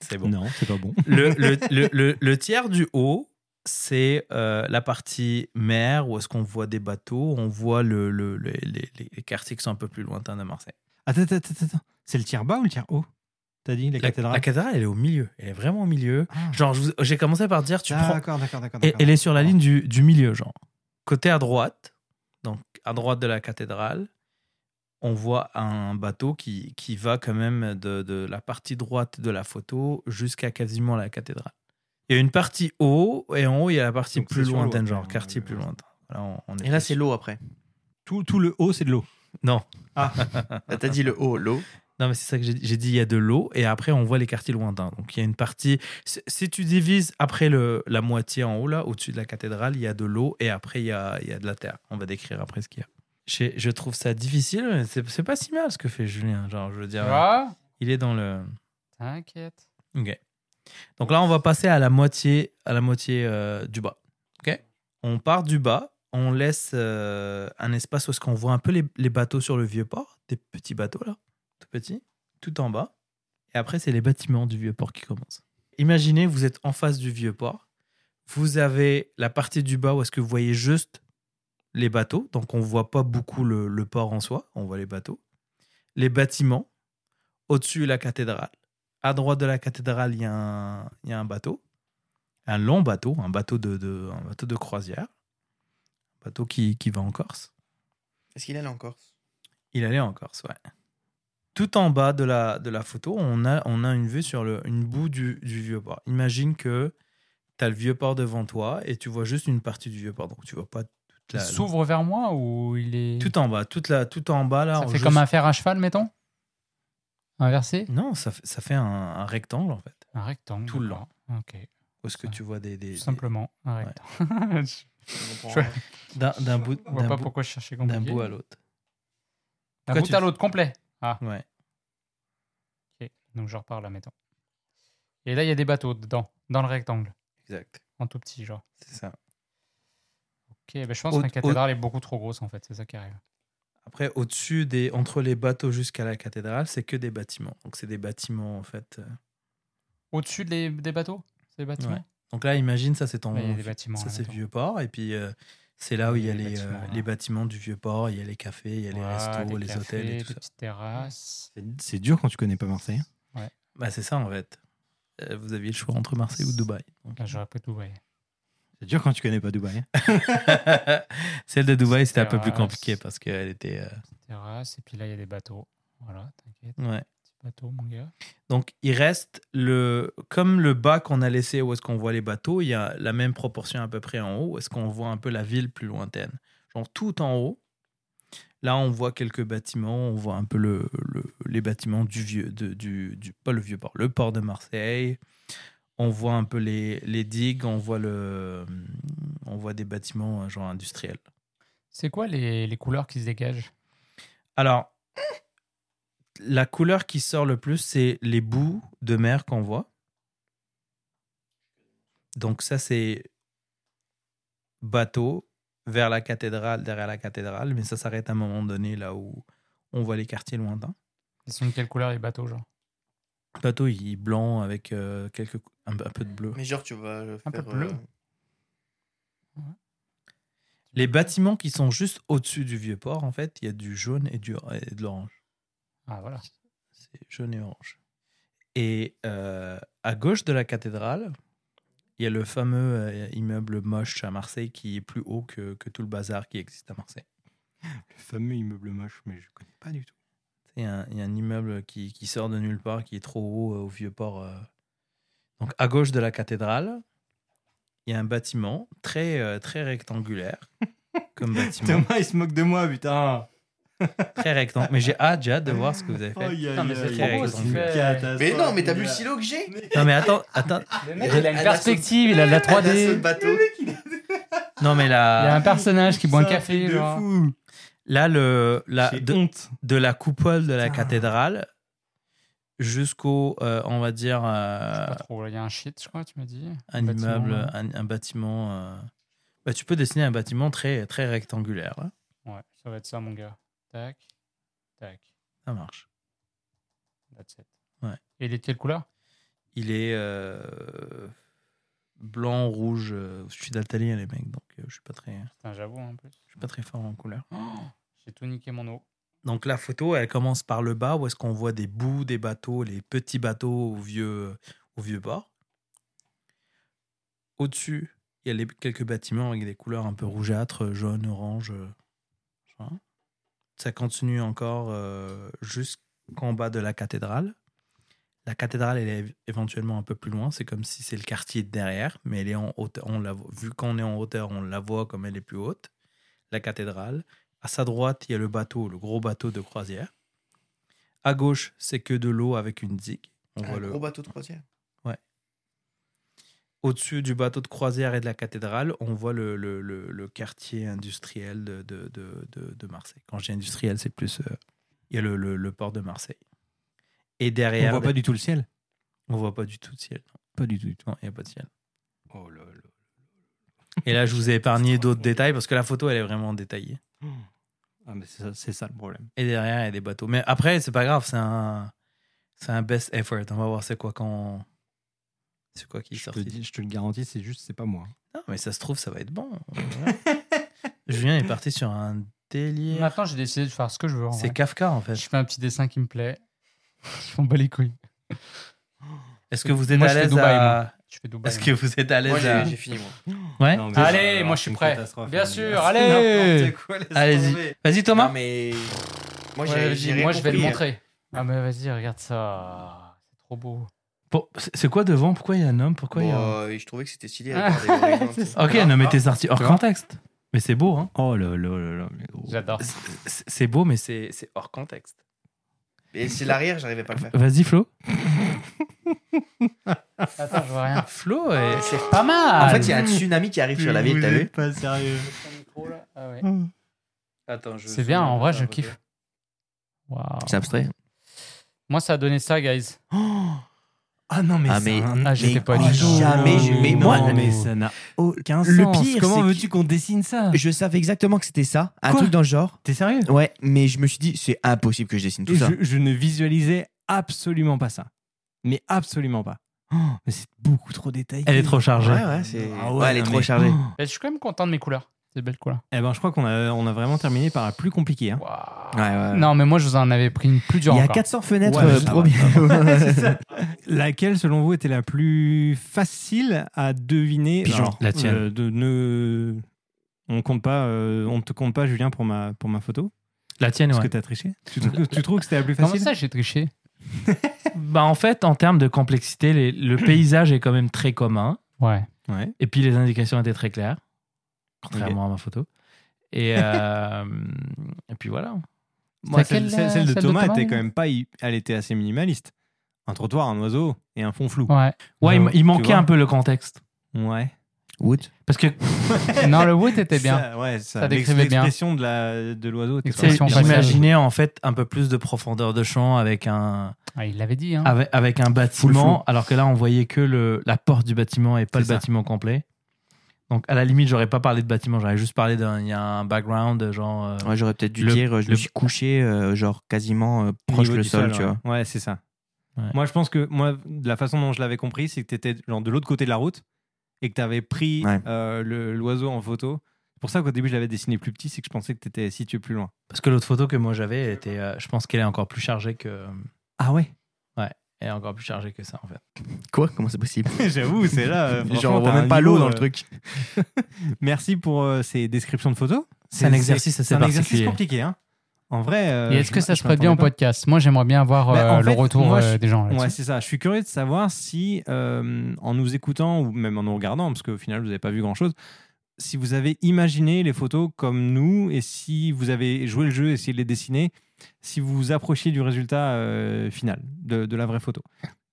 Speaker 4: C'est bon.
Speaker 2: Non, c'est pas bon.
Speaker 4: Le, le- le- le- le tiers du haut, c'est euh, la partie mer où est-ce qu'on voit des bateaux, on voit le, le- le- les, les- les quartiers qui sont un peu plus lointains de Marseille.
Speaker 2: Attends, attends, attends. attends. C'est le tiers bas ou le tiers haut T'as dit la,
Speaker 4: La,
Speaker 2: cathédrale
Speaker 4: la cathédrale, elle est au milieu. Elle est vraiment au milieu.
Speaker 2: Ah.
Speaker 4: Genre, je vous- j'ai commencé par dire, tu prends,
Speaker 2: D'accord, d'accord, d'accord.
Speaker 4: Et
Speaker 2: d'accord.
Speaker 4: elle est sur la ligne du, du milieu, genre. Côté à droite, donc à droite de la cathédrale, on voit un bateau qui, qui va quand même de, de la partie droite de la photo jusqu'à quasiment la cathédrale. Il y a une partie haut, et en haut, il y a la partie
Speaker 2: Donc, c'est
Speaker 4: plus
Speaker 2: sur l'eau,
Speaker 4: lointaine,
Speaker 2: après,
Speaker 4: genre
Speaker 2: on
Speaker 4: quartier
Speaker 2: est-
Speaker 4: plus lointain. Voilà, on- on est
Speaker 3: Et là,
Speaker 4: plus-
Speaker 3: c'est l'eau après.
Speaker 2: Tout, tout le haut, c'est de l'eau.
Speaker 4: Non.
Speaker 3: Ah, T'as dit le haut, l'eau.
Speaker 4: Non, mais c'est ça que j'ai j'ai dit. Il y a de l'eau et après, on voit les quartiers lointains. Donc, il y a une partie. si- Si tu divises après le, la moitié en haut, là, au-dessus de la cathédrale, il y a de l'eau et après, il y a, il y a de la terre. On va décrire après ce qu'il y a. Je, je trouve ça difficile, mais c'est c'est pas si mal ce que fait Julien. Genre, je veux dire,
Speaker 1: vois
Speaker 4: il est dans le.
Speaker 1: T'inquiète.
Speaker 4: Ok. Donc là, on va passer à la moitié, à la moitié euh, du bas. Ok. On part du bas, on laisse euh, un espace où est-ce qu'on voit un peu les, les bateaux sur le vieux port, des petits bateaux là, tout petits, tout en bas. Et après, c'est les bâtiments du vieux port qui commencent. Imaginez, vous êtes en face du vieux port. Vous avez la partie du bas où est-ce que vous voyez juste les bateaux, donc on voit pas beaucoup le, le port en soi, on voit les bateaux. Les bâtiments, au-dessus la cathédrale. À droite de la cathédrale, il y, a un- il y a un bateau, un long bateau, un bateau de, de- un bateau de croisière, un bateau qui, qui va en Corse.
Speaker 3: Est-ce qu'il allait en Corse
Speaker 4: Il allait en Corse, ouais. Tout en bas de la, de la photo, on a, on a une vue sur le, une boue du, du vieux port. Imagine que tu as le vieux port devant toi et tu vois juste une partie du vieux port, donc tu vois pas toute
Speaker 1: Il
Speaker 4: la.
Speaker 1: s'ouvre vers moi ou il est.
Speaker 4: Tout en bas, toute la, tout en bas là.
Speaker 1: ça
Speaker 4: on
Speaker 1: fait
Speaker 4: juste-
Speaker 1: comme un fer à cheval, mettons Inversé
Speaker 4: Non, ça, fait- ça fait un, un rectangle en fait.
Speaker 1: Un rectangle.
Speaker 4: Tout le
Speaker 1: d'accord. Ok.
Speaker 4: Où est-ce que
Speaker 1: Ça-
Speaker 4: tu vois des. des-
Speaker 1: Tout
Speaker 4: des-
Speaker 1: simplement un
Speaker 4: Ouais.
Speaker 1: rectangle. je
Speaker 4: D'un d'un bout,
Speaker 1: vois
Speaker 4: d'un
Speaker 1: pas
Speaker 4: bout-
Speaker 1: pourquoi je cherchais
Speaker 4: d'un
Speaker 1: compliqué.
Speaker 4: bout à l'autre.
Speaker 1: D'un
Speaker 4: Pourquoi
Speaker 1: bout
Speaker 4: tu-
Speaker 1: à l'autre, complet. Ah,
Speaker 4: Ouais.
Speaker 1: ok. Donc je repars là, mettons. Et là, il y a des bateaux dedans, dans le rectangle,
Speaker 4: Exact,
Speaker 1: en tout petit, genre.
Speaker 4: c'est ça.
Speaker 1: Ok, ben, je pense
Speaker 4: Au-
Speaker 1: que la
Speaker 4: au-
Speaker 1: cathédrale est beaucoup trop grosse, en fait. C'est ça qui arrive.
Speaker 4: Après, au-dessus des, entre les bateaux jusqu'à la cathédrale, c'est que des bâtiments. Donc c'est des bâtiments en fait. euh.
Speaker 1: Au-dessus des, des bateaux C'est des bâtiments
Speaker 4: Ouais. Donc là, imagine ça, c'est ton,
Speaker 1: Ouais, Il y a des bâtiments.
Speaker 4: ça
Speaker 1: là,
Speaker 4: c'est
Speaker 1: mettons.
Speaker 4: vieux port, et puis euh, c'est là où il y a
Speaker 1: Les
Speaker 4: les, euh,
Speaker 1: bâtiments, là.
Speaker 4: les bâtiments du vieux port, il y a les cafés, il y a les
Speaker 1: Voilà,
Speaker 4: restos,
Speaker 1: des
Speaker 4: les
Speaker 1: cafés,
Speaker 4: hôtels et
Speaker 1: des
Speaker 4: tout ça.
Speaker 1: petites terrasses.
Speaker 2: C'est- C'est dur quand tu connais pas Marseille.
Speaker 4: Bah c'est ça en fait. Euh, Vous aviez le choix entre Marseille ou Dubaï. Donc,
Speaker 1: Là, j'aurais pris tout, ouais.
Speaker 2: C'est dur quand tu connais pas Dubaï.
Speaker 4: Celle de Dubaï, c'était un peu plus
Speaker 1: Terrasse.
Speaker 4: compliqué parce qu'elle était. euh,
Speaker 1: Terrasse, et puis là, il y a des bateaux. Voilà, t'inquiète.
Speaker 4: Ouais.
Speaker 1: Petit bateau, mon gars.
Speaker 4: Donc, il reste le comme le bas qu'on a laissé où est-ce qu'on voit les bateaux, il y a la même proportion à peu près en haut, où est-ce qu'on voit un peu la ville plus lointaine. Genre tout en haut. Là, on voit quelques bâtiments, on voit un peu le, le- les bâtiments du vieux, de- du, du- pas le vieux port, le port de Marseille. On voit un peu les, les digues, on voit le, on voit des bâtiments euh, genre industriels.
Speaker 1: C'est quoi les, les couleurs qui se dégagent
Speaker 4: Alors, la couleur qui sort le plus, c'est les bouts de mer qu'on voit. Donc ça, c'est bateau vers la cathédrale, derrière la cathédrale, mais ça s'arrête à un moment donné là où on voit les quartiers lointains.
Speaker 1: Ils sont de quelle couleur les bateaux, genre
Speaker 4: Bateau, il est blanc avec euh, quelques, cou- un, un peu de bleu.
Speaker 3: Mais genre, tu vas euh,
Speaker 1: Un peu
Speaker 3: faire,
Speaker 1: bleu.
Speaker 3: euh,
Speaker 4: Les bâtiments qui sont juste au-dessus du vieux port, en fait, il y a du jaune et, du, et de l'orange.
Speaker 1: Ah, voilà.
Speaker 4: C'est jaune et orange. Et euh, à gauche de la cathédrale, il y a le fameux euh, immeuble moche à Marseille qui est plus haut que, que tout le bazar qui existe à Marseille.
Speaker 2: Le fameux immeuble moche, mais je connais pas du tout.
Speaker 4: Il y, a un- il y a un immeuble qui, qui sort de nulle part, qui est trop haut euh, au vieux port. euh. Donc à gauche de la cathédrale, il y a un bâtiment très, euh, très rectangulaire. comme bâtiment.
Speaker 2: Thomas, il se moque de moi, putain.
Speaker 4: Très rectangulaire. Mais j'ai hâte, j'ai hâte de voir ce que vous avez fait.
Speaker 2: Aïe, aïe,
Speaker 1: Non, mais c'est
Speaker 2: aïe,
Speaker 4: trop
Speaker 2: aïe,
Speaker 4: beau,
Speaker 2: c'est
Speaker 4: c'est
Speaker 2: une
Speaker 1: fait.
Speaker 2: catastrophe,
Speaker 3: Mais non, mais t'as vu le
Speaker 2: gars.
Speaker 3: silo que j'ai
Speaker 4: Non mais attends, attends.
Speaker 1: Le
Speaker 4: mec,
Speaker 1: il a
Speaker 3: elle
Speaker 1: une
Speaker 3: a
Speaker 1: perspective, il a de la
Speaker 3: Elle a
Speaker 1: 3D.
Speaker 3: ce
Speaker 1: Il
Speaker 3: bateau.
Speaker 4: Non mais
Speaker 1: y a
Speaker 4: là,
Speaker 1: un personnage qui boit un
Speaker 2: C'est
Speaker 1: café,
Speaker 2: truc de
Speaker 1: genre.
Speaker 2: fou.
Speaker 4: Hein. là le, la,
Speaker 2: J'ai
Speaker 4: de-
Speaker 2: honte.
Speaker 4: de la coupole de la
Speaker 2: Putain.
Speaker 4: cathédrale jusqu'au, euh, on va dire,
Speaker 1: Je sais
Speaker 4: euh,
Speaker 1: pas trop, là, Il y a un shit, je crois, tu m'as dit.
Speaker 4: un
Speaker 1: bâtiment,
Speaker 4: immeuble,
Speaker 1: ouais.
Speaker 4: un, un bâtiment. euh, bah, tu peux dessiner un bâtiment très, très rectangulaire. hein.
Speaker 1: Ouais, ça va être ça, mon gars. Tac, tac,
Speaker 4: Ça marche.
Speaker 1: that's it.
Speaker 4: Ouais.
Speaker 1: Et il est de quelle couleur
Speaker 4: Il est euh, blanc, rouge. euh, je suis d'Altalien, les mecs, donc euh, je suis pas très,
Speaker 1: Putain, j'avoue, en plus.
Speaker 4: je suis pas très fort en couleur.
Speaker 1: J'ai tout niqué mon eau.
Speaker 4: Donc la photo, elle commence par le bas où est-ce qu'on voit des bouts des bateaux, les petits bateaux au vieux, au vieux port. Au-dessus, il y a les, quelques bâtiments avec des couleurs un peu rougeâtres, jaune, orange. euh, voilà. Ça continue encore euh, jusqu'en bas de la cathédrale. La cathédrale, elle est éventuellement un peu plus loin. C'est comme si c'est le quartier de derrière, mais elle est en hauteur. On la, vo- vu qu'on est en hauteur, on la voit comme elle est plus haute. La cathédrale. À sa droite, il y a le bateau, le gros bateau de croisière. À gauche, c'est que de l'eau avec une digue. On
Speaker 3: Un
Speaker 4: voit le-
Speaker 3: gros bateau de croisière.
Speaker 4: Au-dessus du bateau de croisière et de la cathédrale, on voit le, le- le- le quartier industriel de, de- de- de- de Marseille. Quand je dis industriel, c'est plus. euh, Il y a le, le- le port de Marseille. Et
Speaker 2: On
Speaker 4: derrière.
Speaker 2: voit pas du tout le ciel.
Speaker 4: on voit pas du tout de ciel.
Speaker 2: Pas du tout. Oh du tout.
Speaker 4: Non, il n'y a pas de ciel. Et là, je vous ai épargné d'autres détails parce que la photo, elle est vraiment détaillée.
Speaker 2: Ah, mais c'est ça, c'est ça le problème.
Speaker 4: Et derrière, il y a des bateaux. Mais après, c'est pas grave, c'est un, c'est un best effort. On va voir c'est quoi quand. C'est quoi qui est
Speaker 2: Je te,
Speaker 4: sorti.
Speaker 2: dis- je te le garantis, c'est juste, c'est pas moi.
Speaker 4: Non, mais ça se trouve, ça va être bon. Voilà. Julien est parti sur un délire.
Speaker 1: Maintenant, j'ai décidé de faire ce que je veux. en
Speaker 4: C'est
Speaker 1: vrai.
Speaker 4: Kafka, en
Speaker 1: Je
Speaker 4: fait.
Speaker 1: fais un petit dessin qui me plaît. Je m'en bats les couilles.
Speaker 4: Est-ce que vous êtes
Speaker 1: Moi,
Speaker 4: à
Speaker 1: je fais
Speaker 4: l'aise
Speaker 1: Dubaï,
Speaker 4: à...
Speaker 1: Je fais Dubaï.
Speaker 4: Est-ce que vous êtes
Speaker 3: Moi,
Speaker 4: à l'aise à...
Speaker 3: j'ai j'ai fini, moi.
Speaker 4: Ouais
Speaker 2: Non, mais
Speaker 1: Allez,
Speaker 2: alors,
Speaker 1: moi, je suis
Speaker 2: c'est une
Speaker 1: prêt.
Speaker 2: catastrophe,
Speaker 1: Bien
Speaker 2: hein,
Speaker 1: sûr,
Speaker 2: gars.
Speaker 1: allez.
Speaker 2: C'est n'importe quoi, laisse tomber.
Speaker 4: Allez-y. Vas-y, Thomas.
Speaker 3: Non, mais. Moi, j'ai-
Speaker 1: Ouais,
Speaker 3: j'ai
Speaker 1: vas-y,
Speaker 3: rien
Speaker 1: moi, je vais le
Speaker 3: compris. hein.
Speaker 1: montrer. Ah, mais vas-y, regarde ça. C'est trop beau.
Speaker 4: Bon, c'est c'est quoi devant Pourquoi il y a un homme Pourquoi il y a...
Speaker 3: Bon,
Speaker 4: un-
Speaker 3: euh, Je trouvais que c'était stylé.
Speaker 1: Ah,
Speaker 3: à regarder les horizons,
Speaker 1: c'est
Speaker 3: tu sais.
Speaker 1: ça.
Speaker 4: Ok, non, mais t'es sorti hors
Speaker 2: Tu vois
Speaker 4: contexte. Mais c'est beau, hein
Speaker 2: Oh là là là là. mais oh.
Speaker 1: J'adore.
Speaker 4: C'est c'est beau, mais c'est c'est hors contexte.
Speaker 3: Et c'est l'arrière, j'arrivais pas à le faire.
Speaker 4: Vas-y, Flo.
Speaker 1: Attends, je vois rien.
Speaker 4: Flo est...
Speaker 1: C'est pas mal.
Speaker 3: En fait, il y a un tsunami qui arrive sur la ville,
Speaker 2: Vous
Speaker 3: t'as
Speaker 2: êtes
Speaker 3: vu
Speaker 2: pas sérieux.
Speaker 1: Ah ouais.
Speaker 4: Attends, je...
Speaker 1: C'est bien, en vrai, je kiffe. Waouh.
Speaker 3: C'est abstrait.
Speaker 1: Moi, ça a donné ça, guys.
Speaker 2: Ah non, mais
Speaker 3: Ah,
Speaker 2: c'est
Speaker 3: mais-
Speaker 2: un-
Speaker 1: Ah, j'étais
Speaker 3: Mais
Speaker 1: pas du tout.
Speaker 3: jamais je- mais
Speaker 2: non,
Speaker 3: moi-
Speaker 2: mais ça n'a aucun
Speaker 3: le
Speaker 2: sens.
Speaker 3: pire,
Speaker 2: Comment
Speaker 3: c'est
Speaker 2: veux-tu qu'on dessine ça
Speaker 3: Je savais exactement que c'était ça, un
Speaker 2: Quoi
Speaker 3: truc dans le genre.
Speaker 2: T'es sérieux
Speaker 3: Ouais, mais je me suis dit, c'est impossible que je dessine tout
Speaker 2: je,
Speaker 3: ça.
Speaker 2: je ne visualisais absolument pas ça. Mais absolument pas. Oh, mais c'est beaucoup trop détaillé.
Speaker 4: Elle est trop chargée.
Speaker 3: Ouais, ouais, c'est.
Speaker 2: Ah
Speaker 3: ouais, elle est
Speaker 2: non,
Speaker 3: trop
Speaker 2: mais-
Speaker 3: chargée.
Speaker 2: Oh.
Speaker 1: Je suis quand même content de mes couleurs. C'est belles couleurs.
Speaker 2: Eh ben, je crois qu'on a, on a vraiment terminé par la plus compliquée. hein.
Speaker 1: Waouh.
Speaker 3: Ouais, ouais.
Speaker 1: Non, mais moi, je vous en avais pris une plus dure
Speaker 3: Il y a
Speaker 1: encore.
Speaker 3: 400 fenêtres
Speaker 2: Ouais,
Speaker 3: euh,
Speaker 2: ça va,
Speaker 3: premières.
Speaker 2: C'est ça. Laquelle, selon vous, était la plus facile à deviner
Speaker 3: Pigeon.
Speaker 2: Alors,
Speaker 4: La tienne.
Speaker 2: euh, de ne... On compte pas, euh, on te compte pas, Julien, pour ma, pour ma photo
Speaker 4: La tienne,
Speaker 2: Parce
Speaker 4: ouais.
Speaker 2: que t'as triché. Tu, trou- tu trouves que c'était la plus
Speaker 1: Comment
Speaker 2: facile
Speaker 1: ça, j'ai triché
Speaker 4: Bah, en fait, en termes de complexité, les- le paysage est quand même très commun.
Speaker 1: Ouais.
Speaker 2: Ouais.
Speaker 4: Et puis, les indications étaient très claires, contrairement à ma photo. Et, euh, et puis voilà.
Speaker 2: Moi,
Speaker 1: C'était
Speaker 2: celle,
Speaker 1: quelle,
Speaker 2: celle-
Speaker 1: euh,
Speaker 2: celle de
Speaker 1: celle de
Speaker 2: Thomas,
Speaker 1: Thomas,
Speaker 2: était
Speaker 1: là
Speaker 2: quand même pas. hi- Elle était assez minimaliste. Un trottoir, un oiseau et un fond flou.
Speaker 1: Ouais.
Speaker 4: Ouais, il,
Speaker 1: J'avoue.
Speaker 4: il manquait
Speaker 2: vois
Speaker 4: un peu le contexte.
Speaker 2: Ouais.
Speaker 3: Wood.
Speaker 4: Parce que
Speaker 1: non, le wood était bien.
Speaker 2: Ça, ouais, ça,
Speaker 1: Ça
Speaker 2: l'ex-
Speaker 1: décrivait bien.
Speaker 2: L'expression de la- de l'oiseau. était
Speaker 1: Expression
Speaker 2: pas mal.
Speaker 1: faciale.
Speaker 4: j'imaginais en fait un peu plus de profondeur de champ avec un,
Speaker 1: Ah, il l'avait dit. Hein.
Speaker 4: avec, avec un bâtiment, alors que là, on voyait que le, la porte du bâtiment et
Speaker 2: C'est
Speaker 4: pas le
Speaker 2: ça.
Speaker 4: bâtiment complet. Donc, à la limite, j'aurais pas parlé de bâtiment, j'aurais juste parlé d'un. Il y a un background, genre. euh,
Speaker 3: Ouais, j'aurais peut-être dû
Speaker 4: Le-
Speaker 3: dire, euh, je
Speaker 4: le-
Speaker 3: me suis couché, euh, genre quasiment euh, proche
Speaker 2: Niveau
Speaker 3: le
Speaker 2: du
Speaker 3: sol, tu
Speaker 2: ouais.
Speaker 3: vois.
Speaker 2: Ouais, c'est ça.
Speaker 4: Ouais.
Speaker 2: Moi, je pense que moi, de la façon dont je l'avais compris, c'est que tu étais genre, de l'autre côté de la route et que tu avais pris
Speaker 3: Ouais.
Speaker 2: euh, le- l'oiseau en photo. C'est pour ça qu'au début, je l'avais dessiné plus petit, c'est que je pensais que tu étais situé plus loin.
Speaker 4: Parce que l'autre photo que moi j'avais était, euh, je pense qu'elle est encore plus chargée que,
Speaker 2: Ah ouais
Speaker 4: elle est encore plus chargée que ça en fait.
Speaker 3: Quoi Comment c'est possible
Speaker 2: J'avoue, c'est là. euh, franchement,
Speaker 3: Genre, on voit
Speaker 2: t'as
Speaker 3: même
Speaker 2: un
Speaker 3: pas l'eau
Speaker 2: niveau,
Speaker 3: dans le
Speaker 2: euh,
Speaker 3: truc.
Speaker 2: Merci pour euh, ces descriptions de photos.
Speaker 4: C'est un exercice assez
Speaker 2: C'est un exercice compliqué.
Speaker 4: particulier.
Speaker 2: hein. En vrai. euh,
Speaker 1: Et est-ce
Speaker 2: je
Speaker 1: que
Speaker 2: m-
Speaker 1: ça
Speaker 2: je
Speaker 1: se prête bien en
Speaker 2: m'attendais
Speaker 1: podcast Moi, j'aimerais bien avoir
Speaker 2: Bah, en
Speaker 1: euh, le
Speaker 2: fait,
Speaker 1: retour
Speaker 2: moi,
Speaker 1: euh,
Speaker 2: je-
Speaker 1: des gens.
Speaker 2: Ouais,
Speaker 1: là-dessus.
Speaker 2: c'est ça. Je suis curieux de savoir si, euh, en nous écoutant ou même en nous regardant, parce qu'au final, vous n'avez pas vu grand-chose, si vous avez imaginé les photos comme nous et si vous avez joué le jeu, essayé de les dessiner, si vous vous approchiez du résultat euh, final, de, de la vraie photo.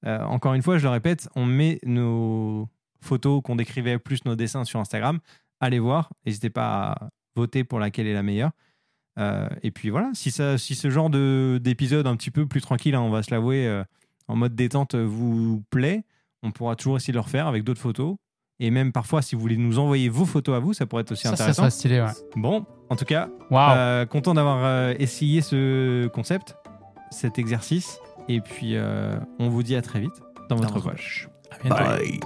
Speaker 2: Euh, encore une fois, je le répète, on met nos photos qu'on décrivait plus nos dessins sur Instagram. Allez voir, n'hésitez pas à voter pour laquelle est la meilleure. Euh, et puis voilà, si, ça, si ce genre de- d'épisode un petit peu plus tranquille, hein, on va se l'avouer, euh, en mode détente euh, vous plaît, on pourra toujours essayer de le refaire avec d'autres photos. Et même parfois, si vous voulez nous envoyer vos photos à vous, ça pourrait être aussi
Speaker 1: Ça, ça
Speaker 2: intéressant. Euh,
Speaker 1: serait Ah. stylé. Ouais.
Speaker 2: Bon, en tout cas,
Speaker 1: Waouh.
Speaker 2: euh, content d'avoir euh, essayé ce concept, cet exercice. Et puis, euh, on vous dit à très vite dans, votre
Speaker 3: votre
Speaker 2: poche.
Speaker 3: Bah,
Speaker 4: À bientôt.
Speaker 3: Bye.